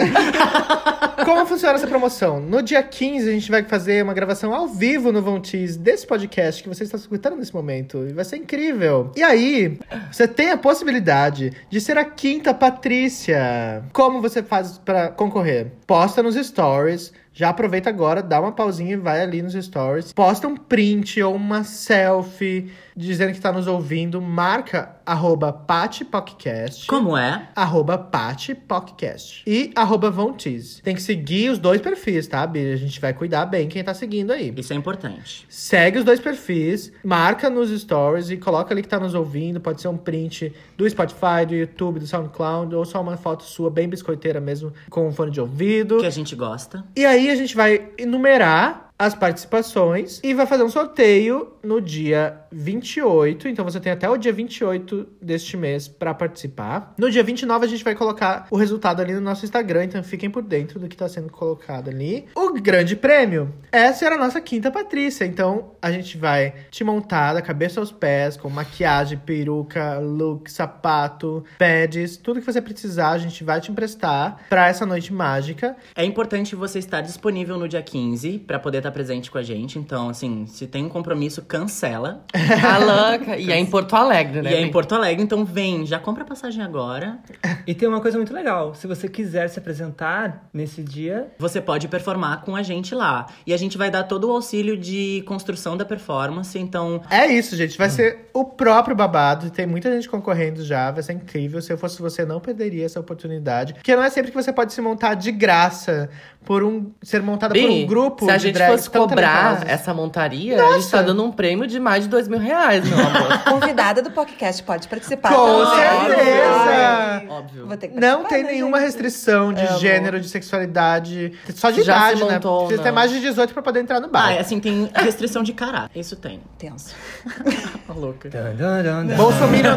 [SPEAKER 3] Como funciona essa promoção? No dia 15, a gente vai fazer uma gravação ao vivo no Vontis desse podcast que você está escutando nesse momento. E vai ser incrível. E aí, você tem a possibilidade de ser a quinta Patrícia. Como você faz pra concorrer? Posta nos stories. Já aproveita agora, dá uma pausinha e vai ali nos stories. Posta um print ou uma selfie dizendo que tá nos ouvindo. Marca arroba patipodcast.
[SPEAKER 5] Como é?
[SPEAKER 3] Arroba Pati Podcast e arroba Vontis. Tem que seguir os dois perfis, tá, Bia? A gente vai cuidar bem quem tá seguindo aí.
[SPEAKER 5] Isso é importante.
[SPEAKER 3] Segue os dois perfis, marca nos stories e coloca ali que tá nos ouvindo. Pode ser um print do Spotify, do YouTube, do SoundCloud, ou só uma foto sua bem biscoiteira mesmo, com um fone de ouvido.
[SPEAKER 5] Que a gente gosta.
[SPEAKER 3] E aí a gente vai enumerar as participações e vai fazer um sorteio no dia 28. Então você tem até o dia 28 deste mês pra participar. No dia 29 a gente vai colocar o resultado ali no nosso Instagram, então fiquem por dentro do que tá sendo colocado ali. O grande prêmio. Essa era a nossa quinta Patrícia. Então a gente vai te montar da cabeça aos pés com maquiagem, peruca, look, sapato, pads, tudo que você precisar, a gente vai te emprestar pra essa noite mágica.
[SPEAKER 5] É importante você estar disponível no dia 15 pra poder estar presente com a gente. Então, assim, se tem um compromisso, cancela.
[SPEAKER 2] A Lanca. E é em Porto Alegre, né?
[SPEAKER 5] E é em
[SPEAKER 2] Bi?
[SPEAKER 5] Porto Alegre, então vem, já compra a passagem agora.
[SPEAKER 6] E tem uma coisa muito legal. Se você quiser se apresentar nesse dia,
[SPEAKER 5] Você pode performar com a gente lá. E a gente vai dar todo o auxílio de construção da performance. Então,
[SPEAKER 3] É isso, gente. Vai ser o próprio babado. Tem muita gente concorrendo já. Vai ser incrível. Se eu fosse você, não perderia essa oportunidade. Porque não é sempre que você pode se montar de graça por um. ser montada por
[SPEAKER 2] Bi,
[SPEAKER 3] um grupo.
[SPEAKER 2] Se a
[SPEAKER 3] de tá
[SPEAKER 2] gente
[SPEAKER 3] drags
[SPEAKER 2] fosse
[SPEAKER 3] tão
[SPEAKER 2] cobrar
[SPEAKER 3] talentosas.
[SPEAKER 2] essa montaria, a gente tá dando um prêmio de mais de dois mil reais, meu amor.
[SPEAKER 7] Convidada do podcast pode participar.
[SPEAKER 3] Com
[SPEAKER 7] também.
[SPEAKER 3] certeza!
[SPEAKER 2] Óbvio.
[SPEAKER 7] Vou ter que
[SPEAKER 3] Não
[SPEAKER 7] participar,
[SPEAKER 3] tem
[SPEAKER 7] né,
[SPEAKER 3] nenhuma
[SPEAKER 7] gente?
[SPEAKER 3] restrição de gênero, de sexualidade. Só de
[SPEAKER 2] Já se
[SPEAKER 3] idade,
[SPEAKER 2] montou,
[SPEAKER 3] né? Precisa ter
[SPEAKER 2] não.
[SPEAKER 3] mais de 18 pra poder entrar no bar.
[SPEAKER 5] ah, é assim, tem restrição de caráter. Isso tem.
[SPEAKER 7] Tenso.
[SPEAKER 2] Tá.
[SPEAKER 3] Bolsonaro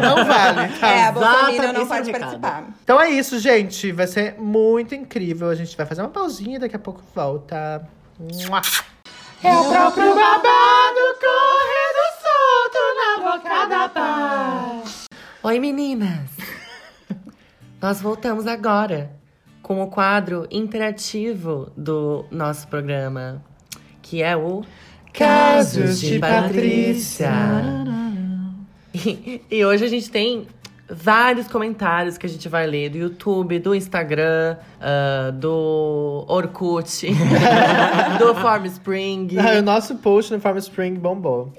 [SPEAKER 2] [laughs]
[SPEAKER 3] não vale. tá?
[SPEAKER 7] É, a Bolsonaro
[SPEAKER 5] esse é
[SPEAKER 7] não
[SPEAKER 5] o
[SPEAKER 7] pode
[SPEAKER 5] recado.
[SPEAKER 7] participar.
[SPEAKER 3] Então é isso, gente. Vai ser muito incrível. A gente vai fazer uma pausinha e daqui a pouco volta. Mua.
[SPEAKER 1] É o próprio babado correndo solto na boca da paz.
[SPEAKER 2] [laughs] Oi, meninas! Nós voltamos agora com o quadro interativo do nosso programa, que é o
[SPEAKER 3] Casos de Patrícia.
[SPEAKER 2] E, e hoje a gente tem vários comentários que a gente vai ler do YouTube, do Instagram, ah, do Orkut, [laughs] do Form Spring.
[SPEAKER 3] Ah, o nosso post no Farm Spring bombou.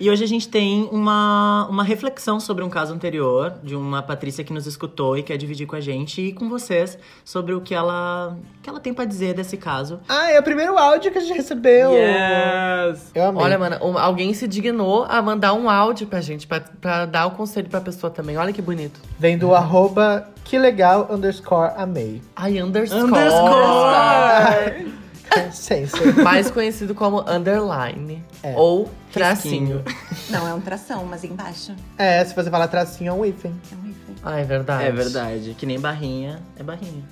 [SPEAKER 5] E hoje a gente tem uma, uma reflexão sobre um caso anterior, de uma Patrícia que nos escutou e quer dividir com a gente e com vocês sobre o que ela, que ela tem pra dizer desse caso.
[SPEAKER 3] Ah, é o primeiro áudio que a gente recebeu. Eu amei.
[SPEAKER 2] Olha, mano, um- alguém se dignou a mandar um áudio pra gente, pra, pra dar o conselho pra pessoa também. Olha que bonito.
[SPEAKER 3] Vem do arroba que legal underscore amei.
[SPEAKER 2] Ai, underscore.
[SPEAKER 3] É, [laughs] Senso.
[SPEAKER 2] Mais conhecido como underline.
[SPEAKER 3] É.
[SPEAKER 2] Ou tracinho.
[SPEAKER 7] Não, é um tração, mas embaixo.
[SPEAKER 3] é, se você falar tracinho, é um hífen.
[SPEAKER 7] É um hífen.
[SPEAKER 2] Ah, é verdade.
[SPEAKER 5] É verdade. Que nem barrinha é barrinha.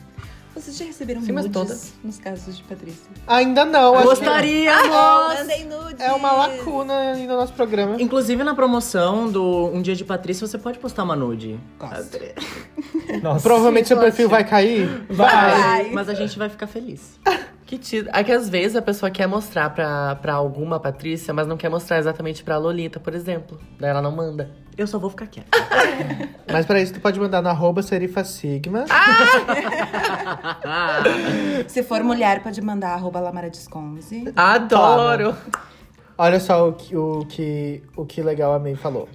[SPEAKER 7] Vocês já receberam
[SPEAKER 2] Sim, mas
[SPEAKER 7] nudes
[SPEAKER 2] toda.
[SPEAKER 7] nos casos de Patrícia?
[SPEAKER 3] Ainda não. acho que
[SPEAKER 5] Gostaria,
[SPEAKER 7] Não, Ah, mandem nudes!
[SPEAKER 3] É uma lacuna ainda no nosso programa.
[SPEAKER 5] Inclusive na promoção do Um Dia de Patrícia, você pode postar uma nude.
[SPEAKER 6] nossa.
[SPEAKER 3] Provavelmente seu perfil vai cair. Vai.
[SPEAKER 5] Mas a gente vai ficar feliz.
[SPEAKER 2] Que tido. É que às vezes a pessoa quer mostrar pra, pra alguma Patrícia, mas não quer mostrar exatamente pra Lolita, por exemplo. Daí ela não manda.
[SPEAKER 5] Eu só vou ficar quieta.
[SPEAKER 3] Mas pra isso, tu pode mandar no arroba serifa sigma.
[SPEAKER 7] Se for mulher, pode mandar arroba Lamara Desconze.
[SPEAKER 2] Adoro!
[SPEAKER 3] Olha só o que o que, o que legal amei falou.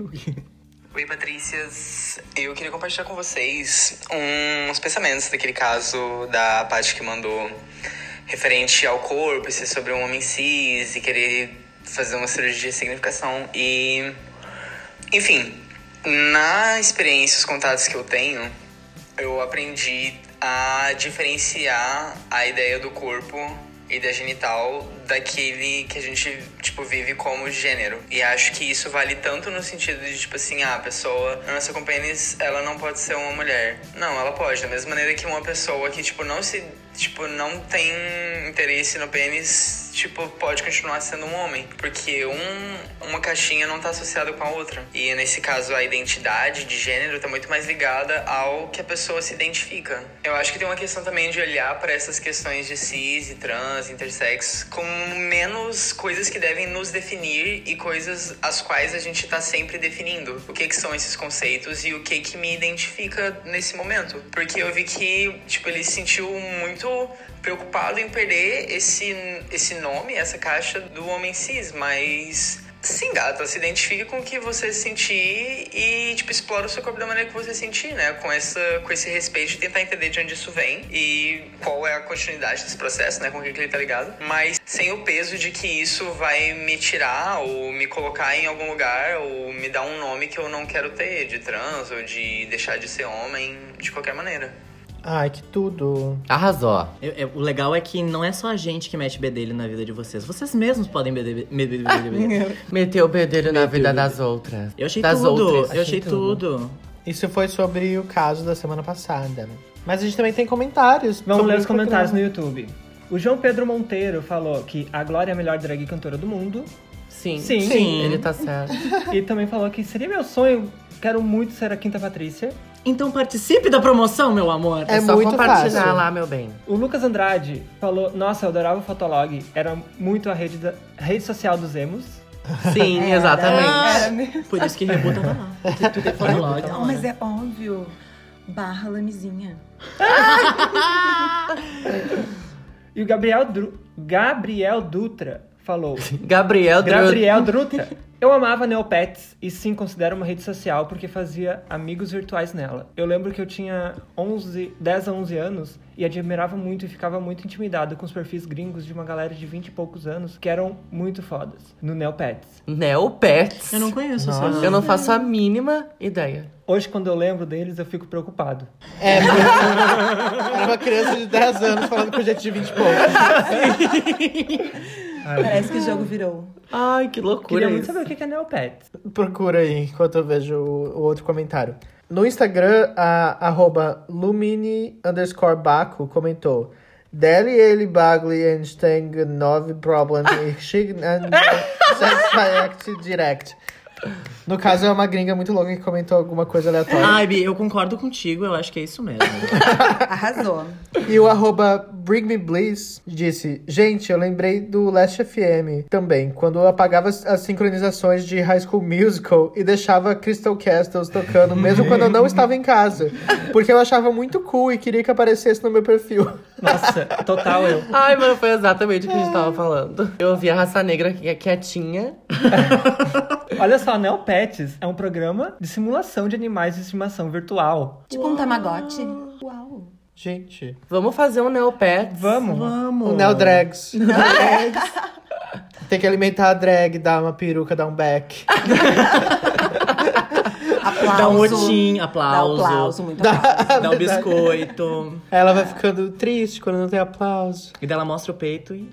[SPEAKER 8] Oi, Patrícias. Eu queria compartilhar com vocês uns pensamentos daquele caso da Paty que mandou referente ao corpo, e ser sobre um homem cis e querer fazer uma cirurgia de significação. E. Enfim, na experiência, os contatos que eu tenho, eu aprendi a diferenciar a ideia do corpo e da genital daquele que a gente, tipo, vive como gênero. E acho que isso vale tanto no sentido de, tipo assim, ah, a pessoa não nasceu com pênis, ela não pode ser uma mulher. Não, ela pode. Da mesma maneira que uma pessoa que, tipo, não se... Tipo, não tem interesse no pênis, tipo, pode continuar sendo um homem. Porque um, uma caixinha não tá associada com a outra. E nesse caso, a identidade de gênero tá muito mais ligada ao que a pessoa se identifica. Eu acho que tem uma questão também de olhar para essas questões de cis e trans, intersexo, como menos coisas que devem nos definir e coisas as quais a gente tá sempre definindo. O que que são esses conceitos e o que que me identifica nesse momento. Porque eu vi que, tipo, ele se sentiu muito preocupado em perder esse, esse nome, essa caixa do homem cis, mas. Sim, gata, se identifique com o que você sentir e, tipo, explora o seu corpo da maneira que você sentir, né? Com, essa, com esse respeito de tentar entender de onde isso vem e qual é a continuidade desse processo, né? Com o que que ele tá ligado. Mas sem o peso de que isso vai me tirar ou me colocar em algum lugar ou me dar um nome que eu não quero ter, de trans ou de deixar de ser homem, de qualquer maneira.
[SPEAKER 3] Ai, que tudo.
[SPEAKER 2] Arrasou.
[SPEAKER 5] Eu- eu- o legal é que não é só a gente que mete bedelho na vida de vocês. Vocês mesmos podem bedelho. bedelho, [laughs] bedelho.
[SPEAKER 2] Meteu o bedelho na vida das outras.
[SPEAKER 5] Eu achei
[SPEAKER 2] das
[SPEAKER 5] tudo.
[SPEAKER 2] Outras.
[SPEAKER 5] Eu achei tudo.
[SPEAKER 3] Isso foi sobre o caso da semana passada. Mas a gente também tem comentários.
[SPEAKER 6] Vamos
[SPEAKER 3] sobre
[SPEAKER 6] ler
[SPEAKER 3] o
[SPEAKER 6] os comentários no
[SPEAKER 3] programa.
[SPEAKER 6] YouTube. O João Pedro Monteiro falou que a Glória é a melhor drag cantora do mundo.
[SPEAKER 2] Sim.
[SPEAKER 6] Sim.
[SPEAKER 5] Sim.
[SPEAKER 2] Ele tá certo.
[SPEAKER 6] e também falou que seria meu sonho, quero muito ser a Quinta Patrícia.
[SPEAKER 5] Então participe da promoção, meu amor.
[SPEAKER 3] É
[SPEAKER 2] só
[SPEAKER 3] muito
[SPEAKER 2] compartilhar
[SPEAKER 3] fácil.
[SPEAKER 2] lá, meu bem.
[SPEAKER 6] O Lucas Andrade falou, nossa, eu adorava o Fotolog, era muito a rede, da- rede social dos emos.
[SPEAKER 2] Sim,
[SPEAKER 4] Era,
[SPEAKER 2] exatamente.
[SPEAKER 4] era mesmo.
[SPEAKER 5] Por isso que Rebu tava lá. Tu- Tu telefone logo.
[SPEAKER 4] Não, mas é óbvio. Barra lamezinha.
[SPEAKER 6] E o Gabriel, Dru- Gabriel Dutra falou,
[SPEAKER 3] [laughs]
[SPEAKER 2] Gabriel Dru-
[SPEAKER 6] Gabriel Dutra, eu amava Neopets e sim considero uma rede social porque fazia amigos virtuais nela. Eu lembro que eu tinha 11, 10 a 11 anos e admirava muito e ficava muito intimidado com os perfis gringos de uma galera de 20 e poucos anos que eram muito fodas no Neopets.
[SPEAKER 2] Neopets.
[SPEAKER 5] [laughs] Eu não conheço
[SPEAKER 3] Nossa.
[SPEAKER 5] essa-
[SPEAKER 2] Eu não faço a mínima ideia.
[SPEAKER 6] Hoje, quando eu lembro deles, eu fico preocupado.
[SPEAKER 3] É, porque era É uma criança de 10 anos falando com gente de 20 e poucos.
[SPEAKER 4] Parece que o jogo virou.
[SPEAKER 2] Ai, que loucura
[SPEAKER 6] Queria muito
[SPEAKER 2] isso.
[SPEAKER 6] saber o que que é Neopets.
[SPEAKER 3] Procura aí enquanto eu vejo o o outro comentário. No Instagram, a arroba Lumini underscore Baco comentou. Deli ele bagli einstein nove
[SPEAKER 2] [laughs]
[SPEAKER 3] problem ich and satisfact direct. No caso, é uma gringa muito longa que comentou alguma coisa aleatória.
[SPEAKER 5] Ai, Bi, eu concordo contigo, eu acho que é isso mesmo.
[SPEAKER 4] Arrasou.
[SPEAKER 3] E o arroba Bring Me Bliss disse: Gente, eu lembrei do Last FM também, quando eu apagava as, as sincronizações de High School Musical e deixava Crystal Castles tocando, mesmo quando eu não estava em casa. Porque eu achava muito cool e queria que aparecesse no meu perfil.
[SPEAKER 6] Nossa, total eu.
[SPEAKER 2] Ai, mano, foi exatamente o que a gente tava falando. Eu ouvi a raça negra qui- quietinha.
[SPEAKER 6] Olha só, Neopets é um programa de simulação de animais de estimação virtual.
[SPEAKER 4] Tipo um tamagote.
[SPEAKER 3] Gente,
[SPEAKER 2] Vamos fazer um Neopets.
[SPEAKER 6] Vamos!
[SPEAKER 3] o [laughs] Neo Drags. Tem que alimentar a drag, dar uma peruca, dar um back.
[SPEAKER 4] Aplauso.
[SPEAKER 5] Dá um otim, um aplauso.
[SPEAKER 4] Dá um aplauso, muito aplauso.
[SPEAKER 5] [laughs] Dá um biscoito.
[SPEAKER 3] Ela vai ficando triste quando não tem aplauso.
[SPEAKER 5] E dela mostra o peito e.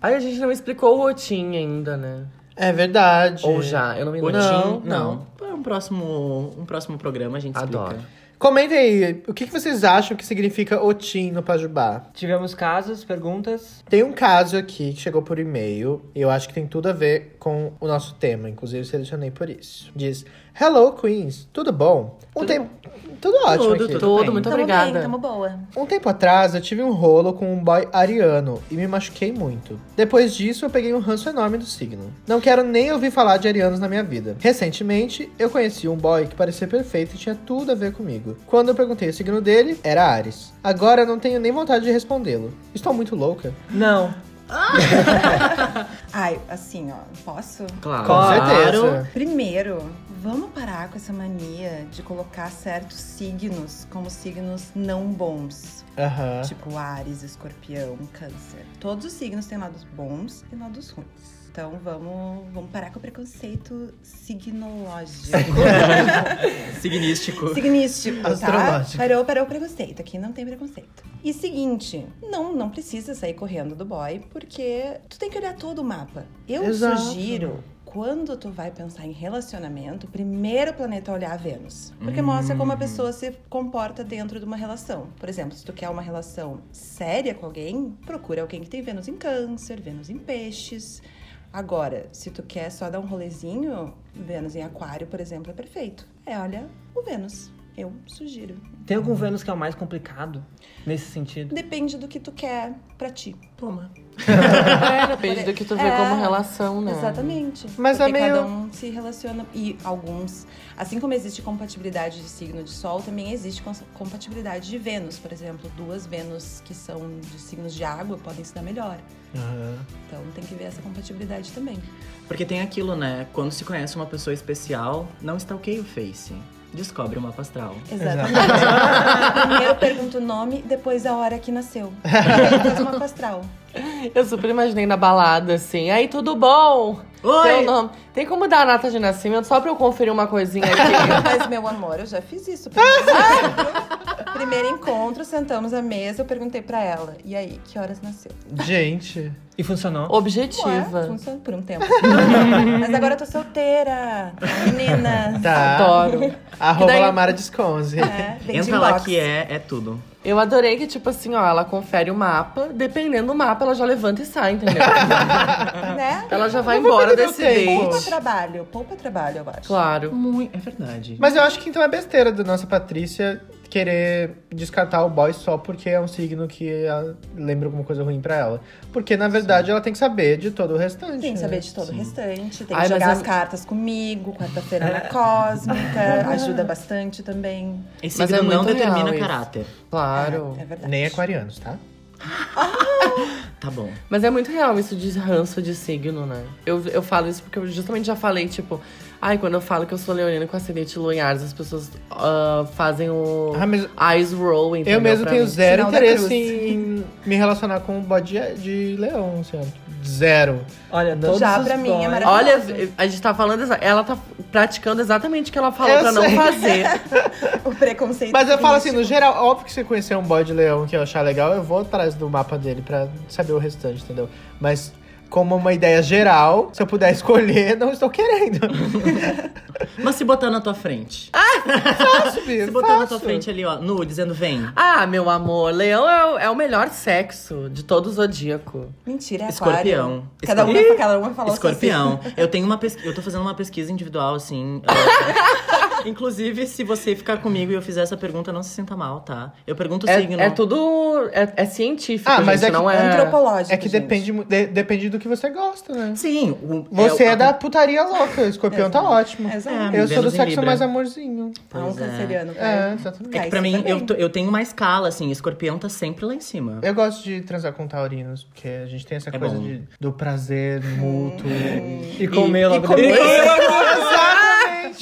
[SPEAKER 2] Ai, a gente não explicou o Otim ainda, né?
[SPEAKER 3] É verdade.
[SPEAKER 2] Ou já, eu não me
[SPEAKER 5] Otim.
[SPEAKER 2] lembro.
[SPEAKER 5] Não,
[SPEAKER 3] Não,
[SPEAKER 5] não. É Um próximo, um próximo programa a gente explica.
[SPEAKER 2] Adoro.
[SPEAKER 3] Comentem aí, o que, que vocês acham que significa Otim no Pajubá?
[SPEAKER 6] Tivemos casos, perguntas.
[SPEAKER 3] Tem um caso aqui que chegou por e-mail e eu acho que tem tudo a ver com o nosso tema, inclusive selecionei por isso. Diz: Hello Queens, tudo bom? Um tempo. Tudo ótimo.
[SPEAKER 5] Tudo,
[SPEAKER 3] aqui.
[SPEAKER 5] tudo.
[SPEAKER 2] Todo,
[SPEAKER 5] bem.
[SPEAKER 2] muito
[SPEAKER 7] Tamo
[SPEAKER 2] obrigada.
[SPEAKER 7] bem, tamo boa.
[SPEAKER 3] Um tempo atrás eu tive um rolo com um boy ariano e me machuquei muito. Depois disso eu peguei um ranço enorme do signo. Não quero nem ouvir falar de arianos na minha vida. Recentemente eu conheci um boy que parecia perfeito e tinha tudo a ver comigo. Quando eu perguntei o signo dele, era Ares. Agora eu não tenho nem vontade de respondê-lo. Estou muito louca.
[SPEAKER 6] Não.
[SPEAKER 4] Ai, assim, ó, posso?
[SPEAKER 5] Claro.
[SPEAKER 3] Com certeza.
[SPEAKER 4] Primeiro, vamos parar com essa mania de colocar certos signos como signos não bons.
[SPEAKER 3] Aham.
[SPEAKER 4] Tipo Ares, Escorpião, Câncer. Todos os signos têm lados bons e lados ruins. Então vamos, vamos parar com o preconceito signologístico.
[SPEAKER 5] Signístico.
[SPEAKER 4] Signístico, tá?
[SPEAKER 3] Astrológico.
[SPEAKER 4] Parou, parou o preconceito. Aqui não tem preconceito. E seguinte, não, não precisa sair correndo do boy, porque tu tem que olhar todo o mapa. Eu
[SPEAKER 3] Exato.
[SPEAKER 4] sugiro, quando tu vai pensar em relacionamento, primeiro planeta é olhar a Vênus. Porque
[SPEAKER 5] Hum.
[SPEAKER 4] mostra
[SPEAKER 2] Uhum.
[SPEAKER 4] como a pessoa se comporta dentro de uma relação. Por exemplo, se tu quer uma relação séria com alguém, procura alguém que tem Vênus em câncer, Vênus em peixes. Agora, se tu quer só dar um rolezinho, Vênus em aquário, por exemplo, é perfeito. É, olha, o Vênus. Eu sugiro.
[SPEAKER 6] Tem algum Vênus que é o mais complicado nesse sentido?
[SPEAKER 4] Depende do que tu quer pra ti. [laughs]
[SPEAKER 5] Toma.
[SPEAKER 2] É, depende do que tu vê
[SPEAKER 4] É.
[SPEAKER 2] como relação, né?
[SPEAKER 4] Exatamente.
[SPEAKER 3] Mas
[SPEAKER 4] Porque
[SPEAKER 3] é meio-
[SPEAKER 4] cada um se relaciona. E alguns. Assim como existe compatibilidade de signo de Sol, também existe cons- compatibilidade de Vênus, por exemplo. Duas Vênus que são de signos de água podem se dar melhor. Então tem que ver essa compatibilidade também.
[SPEAKER 5] Porque tem aquilo, né? Quando se conhece uma pessoa especial, não stalkeia o Face. Descobre o mapa astral.
[SPEAKER 4] Exatamente. Primeiro [laughs] eu pergunto o nome, depois a hora
[SPEAKER 3] [laughs]
[SPEAKER 4] que nasceu. E aí faz uma astral.
[SPEAKER 2] Eu super imaginei na balada, assim. Aí, tudo bom? Teu
[SPEAKER 5] Oi!
[SPEAKER 2] nome. Tem como dar a nata de nascimento só pra eu conferir uma coisinha
[SPEAKER 4] [laughs]
[SPEAKER 2] aqui?
[SPEAKER 4] Mas, meu amor, eu já fiz isso. Primeiro [laughs] encontro- Primeiro encontro, sentamos à mesa, eu perguntei pra ela. E aí, que horas nasceu?
[SPEAKER 3] Gente.
[SPEAKER 6] E funcionou?
[SPEAKER 4] Ué,
[SPEAKER 2] Objetiva.
[SPEAKER 4] funcionou
[SPEAKER 2] [laughs]
[SPEAKER 4] por um tempo. Mas agora eu tô solteira, meninas.
[SPEAKER 3] Tá.
[SPEAKER 2] Adoro.
[SPEAKER 3] Arroba
[SPEAKER 2] daí-
[SPEAKER 3] Lamara Disconze.
[SPEAKER 4] É, dating
[SPEAKER 5] Entra lá
[SPEAKER 4] box.
[SPEAKER 5] que é, é tudo.
[SPEAKER 2] Eu adorei que, tipo assim, ó, ela confere o mapa. Dependendo do mapa, ela já levanta e sai, entendeu? [laughs]
[SPEAKER 4] Né?
[SPEAKER 2] ela já vai
[SPEAKER 3] Não vou
[SPEAKER 2] embora
[SPEAKER 3] perder meu
[SPEAKER 2] desse
[SPEAKER 3] tempo.
[SPEAKER 4] Poupa
[SPEAKER 2] date.
[SPEAKER 4] trabalho, poupa trabalho, eu acho.
[SPEAKER 2] Claro.
[SPEAKER 5] Muito. É verdade.
[SPEAKER 3] Mas eu acho que então é besteira da nossa Patrícia querer descartar o boy só porque é um signo que ah, lembra alguma coisa ruim pra ela. Porque, na verdade, ela tem que saber de todo o restante.
[SPEAKER 4] Tem que
[SPEAKER 3] né?
[SPEAKER 4] saber de todo o restante, tem
[SPEAKER 2] Ai,
[SPEAKER 4] que jogar
[SPEAKER 2] mas
[SPEAKER 4] as
[SPEAKER 2] eu-
[SPEAKER 4] cartas comigo, quarta-feira na
[SPEAKER 3] [laughs]
[SPEAKER 4] cósmica, ajuda bastante também.
[SPEAKER 5] Esse
[SPEAKER 2] Mas
[SPEAKER 5] signo
[SPEAKER 2] é muito
[SPEAKER 5] não determina
[SPEAKER 2] real isso.
[SPEAKER 5] caráter.
[SPEAKER 2] Claro.
[SPEAKER 4] É, é verdade.
[SPEAKER 3] Nem aquarianos, tá?
[SPEAKER 5] Tá bom.
[SPEAKER 2] Mas é muito real isso de ranço de signo, né? Eu, eu falo isso porque eu justamente já falei, tipo... Ai, quando eu falo que eu sou leonino com acidente lua em Ares, as pessoas ah, fazem o...
[SPEAKER 3] Ah, mas
[SPEAKER 2] Eyes roll, entendeu?
[SPEAKER 3] eu mesmo
[SPEAKER 2] Pra
[SPEAKER 3] tenho
[SPEAKER 2] mim.
[SPEAKER 3] zero
[SPEAKER 4] Sinal da
[SPEAKER 3] interesse
[SPEAKER 4] cruz.
[SPEAKER 3] em me relacionar com o boy de, de leão, assim, ó. Zero.
[SPEAKER 6] Olha, todos
[SPEAKER 4] Já
[SPEAKER 6] os
[SPEAKER 4] pra mim é
[SPEAKER 6] boys-
[SPEAKER 4] maravilhoso.
[SPEAKER 2] Olha, a gente tá falando... exa- Ela tá praticando exatamente o que ela falou
[SPEAKER 3] Eu
[SPEAKER 2] pra não
[SPEAKER 3] sei.
[SPEAKER 2] fazer.
[SPEAKER 3] [laughs]
[SPEAKER 4] O preconceito.
[SPEAKER 3] Mas eu falo assim,
[SPEAKER 4] político.
[SPEAKER 3] no geral, óbvio que se eu conhecer um boy de leão que eu achar legal, eu vou atrás do mapa dele pra saber o restante, entendeu? Mas como uma ideia geral, se eu puder [laughs] escolher, não estou querendo.
[SPEAKER 5] Mas se botar na tua frente.
[SPEAKER 3] Se
[SPEAKER 5] se botar na tua frente ali, ó, nu, dizendo vem.
[SPEAKER 2] Ah, meu amor, leão é o, é o melhor sexo de todo o zodíaco.
[SPEAKER 4] Mentira, é
[SPEAKER 5] Escorpião.
[SPEAKER 4] aquário. Cada uma,
[SPEAKER 5] Escorpião.
[SPEAKER 4] cada uma fala o seu
[SPEAKER 5] Escorpião. Eu tenho uma pesqui- Eu tô fazendo uma pesquisa individual, assim. [laughs] eh, Inclusive, se você ficar comigo e eu fizer essa pergunta, não se sinta mal, tá? Eu pergunto o signo.
[SPEAKER 2] É, é tudo. É, é científico,
[SPEAKER 3] Ah, mas
[SPEAKER 2] gente,
[SPEAKER 3] é que-
[SPEAKER 2] não é.
[SPEAKER 4] Antropológico.
[SPEAKER 3] É que
[SPEAKER 4] gente.
[SPEAKER 3] depende, mu- de- depende do que você gosta, né?
[SPEAKER 5] Sim. o-
[SPEAKER 3] Você
[SPEAKER 5] o-
[SPEAKER 3] é, da putaria louca, o escorpião tá ótimo.
[SPEAKER 4] Exato.
[SPEAKER 3] eu sou do
[SPEAKER 5] Vênus em
[SPEAKER 3] sexo
[SPEAKER 5] É. Libra.
[SPEAKER 3] mais amorzinho.
[SPEAKER 4] Há um
[SPEAKER 5] Pois é.
[SPEAKER 4] canceriano. tá?
[SPEAKER 3] É,
[SPEAKER 4] cara.
[SPEAKER 3] exatamente.
[SPEAKER 5] É que pra mim, eu, tô- eu tenho uma escala, assim. Escorpião tá sempre lá em cima.
[SPEAKER 2] Ah.
[SPEAKER 3] Eu gosto de transar com taurinos, porque a gente tem essa
[SPEAKER 5] É
[SPEAKER 3] coisa
[SPEAKER 5] bom.
[SPEAKER 3] de, do prazer mútuo.
[SPEAKER 6] E comer logo
[SPEAKER 4] comer.
[SPEAKER 6] depois.
[SPEAKER 3] [laughs] Exatamente!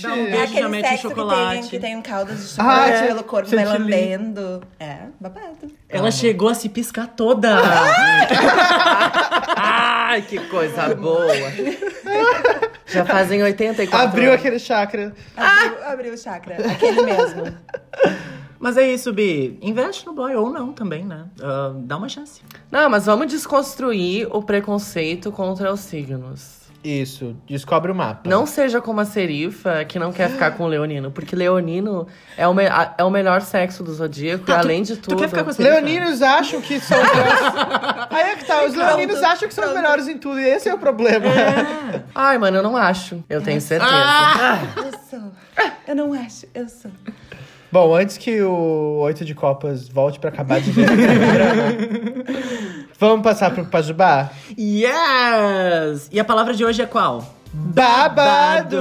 [SPEAKER 5] Dá um
[SPEAKER 4] É
[SPEAKER 5] beijo.
[SPEAKER 4] aquele
[SPEAKER 5] já mete
[SPEAKER 4] sexo
[SPEAKER 5] chocolate.
[SPEAKER 4] Que tem, que tem um caldo de chocolate
[SPEAKER 3] é.
[SPEAKER 4] pelo corpo, vai
[SPEAKER 3] Chantilly.
[SPEAKER 4] lambendo. É, babado.
[SPEAKER 5] Ela chegou a se piscar toda.
[SPEAKER 2] [laughs] Ai, que coisa boa. Já fazem 84
[SPEAKER 3] Abriu
[SPEAKER 2] anos.
[SPEAKER 3] aquele chakra.
[SPEAKER 4] Abriu,
[SPEAKER 5] Ah!
[SPEAKER 4] abriu o chakra, aquele mesmo.
[SPEAKER 5] Mas é isso, Bi. Investe no boy ou não também, né? Ah, dá uma chance.
[SPEAKER 2] Não, mas vamos desconstruir o preconceito contra os signos.
[SPEAKER 3] Isso, descobre o mapa.
[SPEAKER 2] Não seja como a serifa que não quer ficar com o leonino, porque leonino é o, me- a- é o melhor sexo do zodíaco, e
[SPEAKER 5] Tá, tu-
[SPEAKER 2] além de tudo.
[SPEAKER 5] Tu quer ficar com a Serifa?
[SPEAKER 3] Leoninos acham que são os melhores. Aí é que tá, os leoninos acham que são os melhores em tudo, e esse é o problema.
[SPEAKER 2] Ai, mano, eu não acho. Eu
[SPEAKER 5] Ah!
[SPEAKER 2] tenho certeza.
[SPEAKER 4] Eu sou. Eu não acho, eu sou.
[SPEAKER 3] Bom, antes que o Oito de Copas volte pra acabar de ver o programa,
[SPEAKER 5] [laughs]
[SPEAKER 3] vamos passar pro Pajubá?
[SPEAKER 5] Yes! E a palavra de hoje é qual?
[SPEAKER 3] Babado!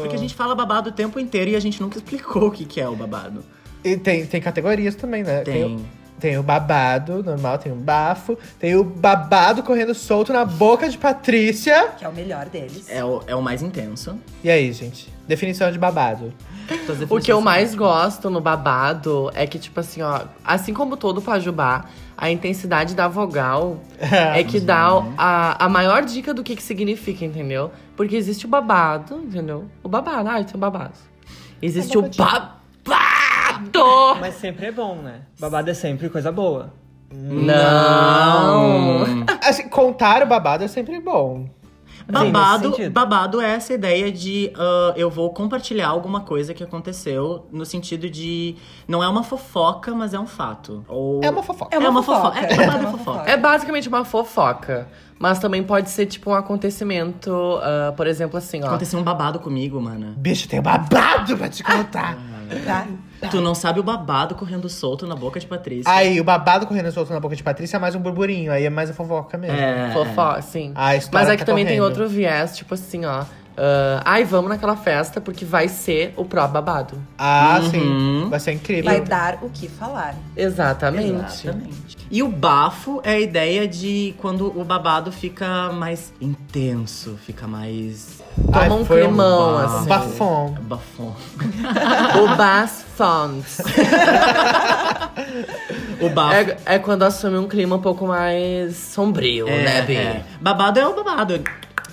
[SPEAKER 5] Porque a gente fala babado o tempo inteiro e a gente nunca explicou o que, que é o babado.
[SPEAKER 3] E tem, tem categorias também, né?
[SPEAKER 5] Tem.
[SPEAKER 3] o- tem o babado normal, tem o bafo, tem o babado correndo solto na boca de Patrícia.
[SPEAKER 4] Que é o melhor deles.
[SPEAKER 5] É o, é o mais intenso.
[SPEAKER 3] E aí, gente? Definição de babado.
[SPEAKER 5] Tuas
[SPEAKER 2] O que eu
[SPEAKER 5] definições.
[SPEAKER 2] mais gosto no babado é que, tipo assim, ó, assim como todo pajubá, a intensidade da
[SPEAKER 5] [laughs]
[SPEAKER 2] vogal é que dá o- a, a maior dica do que, que significa, entendeu? Porque existe o babado, entendeu? O babado, ah, tem um babado. Existe o babado!
[SPEAKER 6] Mas sempre é bom, né? Babado é sempre coisa boa.
[SPEAKER 2] Não!
[SPEAKER 3] Assim, contar o babado é sempre bom.
[SPEAKER 6] nesse
[SPEAKER 5] Babado,
[SPEAKER 6] sentido.
[SPEAKER 5] babado é essa ideia de ah, eu vou compartilhar alguma coisa que aconteceu, no sentido de. Não é uma fofoca, mas é um fato. Ou...
[SPEAKER 3] É uma fofoca.
[SPEAKER 5] É uma, fofoca. É, babado é fofoca.
[SPEAKER 2] É basicamente uma fofoca. Mas também pode ser tipo um acontecimento, ah, por exemplo, assim, ó.
[SPEAKER 5] Aconteceu um babado comigo, mana.
[SPEAKER 3] Bicho, tem babado pra te contar.
[SPEAKER 5] Ah. É.
[SPEAKER 4] Tá?
[SPEAKER 5] Tu não sabe o babado correndo solto na boca de Patrícia.
[SPEAKER 3] Aí, o babado correndo solto na boca de Patrícia é mais um burburinho, aí é mais a fofoca mesmo.
[SPEAKER 5] É.
[SPEAKER 2] Fofoca, sim.
[SPEAKER 3] A história
[SPEAKER 2] Mas é
[SPEAKER 3] tá
[SPEAKER 2] que também tem
[SPEAKER 3] correndo.
[SPEAKER 2] outro viés, tipo assim, ó. ah, ai, vamos naquela festa porque vai ser o pró babado.
[SPEAKER 3] Ah,
[SPEAKER 5] Uhum.
[SPEAKER 3] sim. Vai ser incrível.
[SPEAKER 4] Vai dar o que falar.
[SPEAKER 2] Exatamente.
[SPEAKER 5] Exatamente. E o bafo é a ideia de quando o babado fica mais intenso, fica mais
[SPEAKER 3] Ai,
[SPEAKER 2] Toma um
[SPEAKER 3] foi um
[SPEAKER 2] climão,
[SPEAKER 5] bafo.
[SPEAKER 2] assim.
[SPEAKER 3] Bafom.
[SPEAKER 5] bafão.
[SPEAKER 2] O Bass Fonts.
[SPEAKER 5] O bafo
[SPEAKER 2] É, é quando assume um clima um pouco mais sombrio, né, Bi?
[SPEAKER 5] é. Babado é o babado.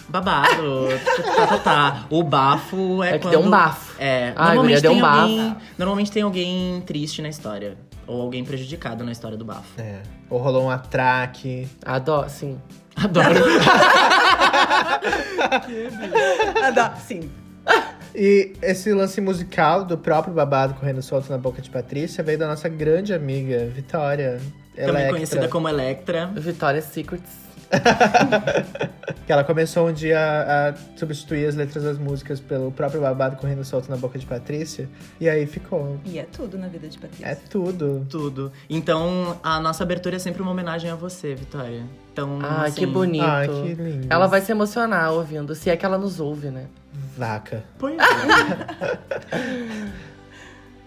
[SPEAKER 5] Babado. tá, tá, tá. O bafo é,
[SPEAKER 2] É que
[SPEAKER 5] quando...
[SPEAKER 2] deu um bafo.
[SPEAKER 5] É.
[SPEAKER 2] Ai,
[SPEAKER 5] normalmente,
[SPEAKER 2] guria, deu
[SPEAKER 5] tem
[SPEAKER 2] um bafo.
[SPEAKER 5] alguém, normalmente tem alguém triste na história. Ou alguém prejudicado na história do bafo.
[SPEAKER 3] É. Ou rolou um atraque.
[SPEAKER 2] Adoro, sim.
[SPEAKER 5] Adoro.
[SPEAKER 4] Adoro. Sim.
[SPEAKER 3] E esse lance musical do próprio babado correndo solto na boca de Patrícia veio da nossa grande amiga, Vitória.
[SPEAKER 5] Também
[SPEAKER 3] Electra.
[SPEAKER 5] conhecida como Electra.
[SPEAKER 2] Victoria's Secrets.
[SPEAKER 3] Que ela começou um dia a substituir as letras das músicas pelo próprio babado correndo solto na boca de Patrícia. E aí ficou.
[SPEAKER 4] E é tudo na vida de Patrícia.
[SPEAKER 3] É tudo.
[SPEAKER 5] Tudo. Então, a nossa abertura é sempre uma homenagem a você, Vitória. Então,
[SPEAKER 2] Ai,
[SPEAKER 5] assim,
[SPEAKER 2] que bonito.
[SPEAKER 3] Ai, que lindo.
[SPEAKER 2] Ela vai se emocionar ouvindo, se é que ela nos ouve, né?
[SPEAKER 3] Vaca.
[SPEAKER 5] Pois é,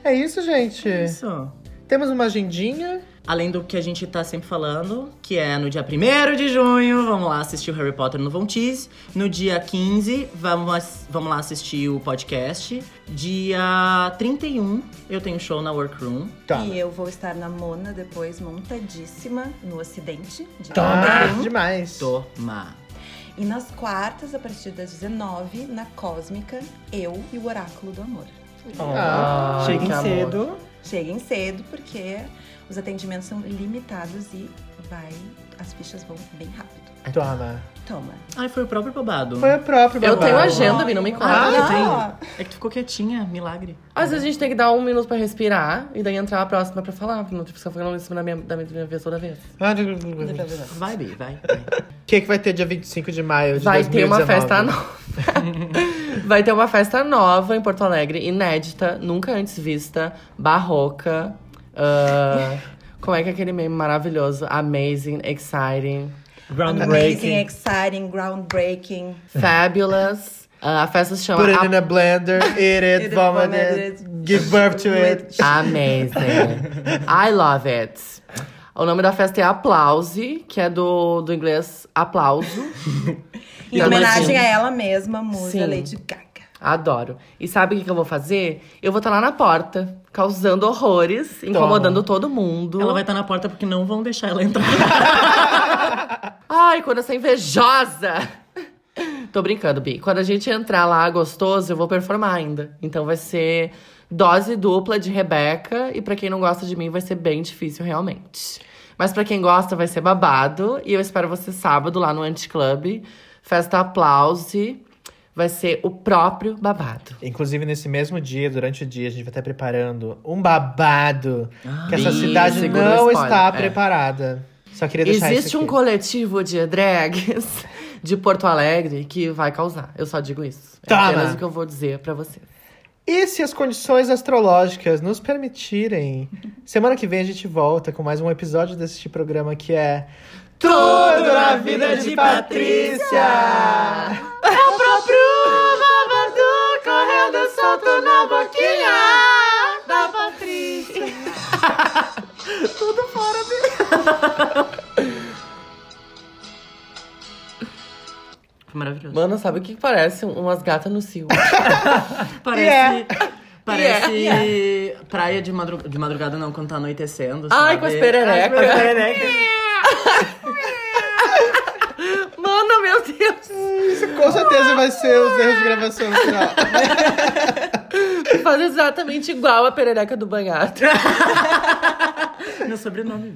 [SPEAKER 3] É isso, gente.
[SPEAKER 5] é isso.
[SPEAKER 3] Temos uma agendinha.
[SPEAKER 5] Além do que a gente tá sempre falando, que é no dia 1 de junho, vamos lá assistir o Harry Potter no Vontis. No dia 15, vamos, ass- vamos lá assistir o podcast. Dia 31, eu tenho show na Workroom.
[SPEAKER 3] Tá.
[SPEAKER 4] E eu vou estar na Mona depois, montadíssima, no Ocidente. de
[SPEAKER 3] Tá
[SPEAKER 4] Londres.
[SPEAKER 3] demais.
[SPEAKER 5] Toma!
[SPEAKER 4] E nas quartas, a partir das 19, na Cósmica, eu e o Oráculo do Amor.
[SPEAKER 3] Ah,
[SPEAKER 2] Ai, que
[SPEAKER 6] Cheguem
[SPEAKER 2] amor.
[SPEAKER 6] cedo.
[SPEAKER 4] Cheguem cedo, porque os atendimentos são limitados e vai, as fichas vão bem rápido.
[SPEAKER 3] Toma.
[SPEAKER 4] Toma.
[SPEAKER 5] Ai, foi o próprio babado.
[SPEAKER 3] Foi o próprio
[SPEAKER 2] Eu
[SPEAKER 3] babado.
[SPEAKER 2] tenho agenda, Tá Bi, não me
[SPEAKER 5] Ah,
[SPEAKER 2] conta.
[SPEAKER 5] eu
[SPEAKER 4] Ah!
[SPEAKER 5] tenho. É que tu ficou quietinha, milagre.
[SPEAKER 2] Às vezes a gente tem que dar um minuto pra respirar e daí entrar a próxima pra falar, porque não tipo, fica falando em cima da minha, da minha- da minha vez toda vez.
[SPEAKER 3] Ah, O
[SPEAKER 5] Vai, Bi, vai. vai.
[SPEAKER 3] que, que vai ter dia 25 de maio
[SPEAKER 2] [laughs]
[SPEAKER 3] de
[SPEAKER 2] Vai
[SPEAKER 3] 2019?
[SPEAKER 2] ter uma festa nova. [laughs] Vai ter uma festa nova em Porto Alegre, inédita, nunca antes vista, barroca. ah, como é que é aquele meme maravilhoso? Amazing, exciting,
[SPEAKER 4] Amazing,
[SPEAKER 2] é
[SPEAKER 6] Groundbreaking.
[SPEAKER 4] exciting, groundbreaking.
[SPEAKER 2] fabulous. Ah, a festa se chama
[SPEAKER 3] Put it in a blender, eat it,
[SPEAKER 4] it,
[SPEAKER 3] vomit
[SPEAKER 4] vomit
[SPEAKER 3] it, give birth to it.
[SPEAKER 2] A- Amazing. I love it. O nome da festa é Aplause, que é do, do inglês
[SPEAKER 4] [laughs]
[SPEAKER 2] aplauso. Então,
[SPEAKER 4] Em
[SPEAKER 1] é
[SPEAKER 2] Da
[SPEAKER 4] homenagem
[SPEAKER 2] Madonna.
[SPEAKER 4] a
[SPEAKER 1] assim.
[SPEAKER 4] ela mesma, a musa
[SPEAKER 2] Sim.
[SPEAKER 4] Lady Gaga.
[SPEAKER 2] Adoro. E sabe o que, que eu vou fazer? Eu vou estar lá na porta, causando horrores, incomodando todo mundo.
[SPEAKER 5] Ela vai estar na porta porque não vão deixar ela entrar.
[SPEAKER 1] [laughs]
[SPEAKER 2] Ai, quando essa invejosa! [laughs] Tô brincando, Bi. Quando a gente entrar lá gostoso, eu vou performar ainda. Então vai ser dose dupla de Rebeca. E pra quem não gosta de mim, vai ser bem difícil realmente. Mas pra quem gosta, vai ser babado. E eu espero você sábado lá no Anticlub. Festa Aplause. Vai ser o próprio babado.
[SPEAKER 3] Inclusive, nesse mesmo dia, durante o dia, a gente vai estar preparando um babado que essa
[SPEAKER 2] Ih,
[SPEAKER 3] cidade
[SPEAKER 2] Ah, segura o
[SPEAKER 3] não
[SPEAKER 2] spoiler,
[SPEAKER 3] está
[SPEAKER 2] é.
[SPEAKER 3] preparada. Só queria deixar
[SPEAKER 2] Existe
[SPEAKER 3] isso
[SPEAKER 2] um
[SPEAKER 3] aqui.
[SPEAKER 2] coletivo de drags [laughs] de Porto Alegre que vai causar. Eu só digo isso. É
[SPEAKER 3] Toma.
[SPEAKER 2] apenas o que eu vou dizer pra você.
[SPEAKER 3] E se as condições astrológicas nos permitirem, semana que vem a gente volta com mais um episódio deste programa que é Tudo na Vida de
[SPEAKER 1] Ah.
[SPEAKER 3] Patrícia!
[SPEAKER 1] É Correndo solto na boquinha da Patrícia.
[SPEAKER 5] Foi maravilhoso.
[SPEAKER 2] Mano, sabe o que que parece? Um- Umas gatas no cio.
[SPEAKER 5] Parece.
[SPEAKER 3] Yeah.
[SPEAKER 5] Parece. praia de, madru- de madrugada, não, quando tá anoitecendo.
[SPEAKER 1] Ai,
[SPEAKER 5] sabe?
[SPEAKER 1] com as pererecas. Mano, meu Deus.
[SPEAKER 3] Isso com certeza vai ser os erros de gravação assim, no final.
[SPEAKER 1] Faz exatamente igual a perereca do banhado.
[SPEAKER 5] Meu sobrenome.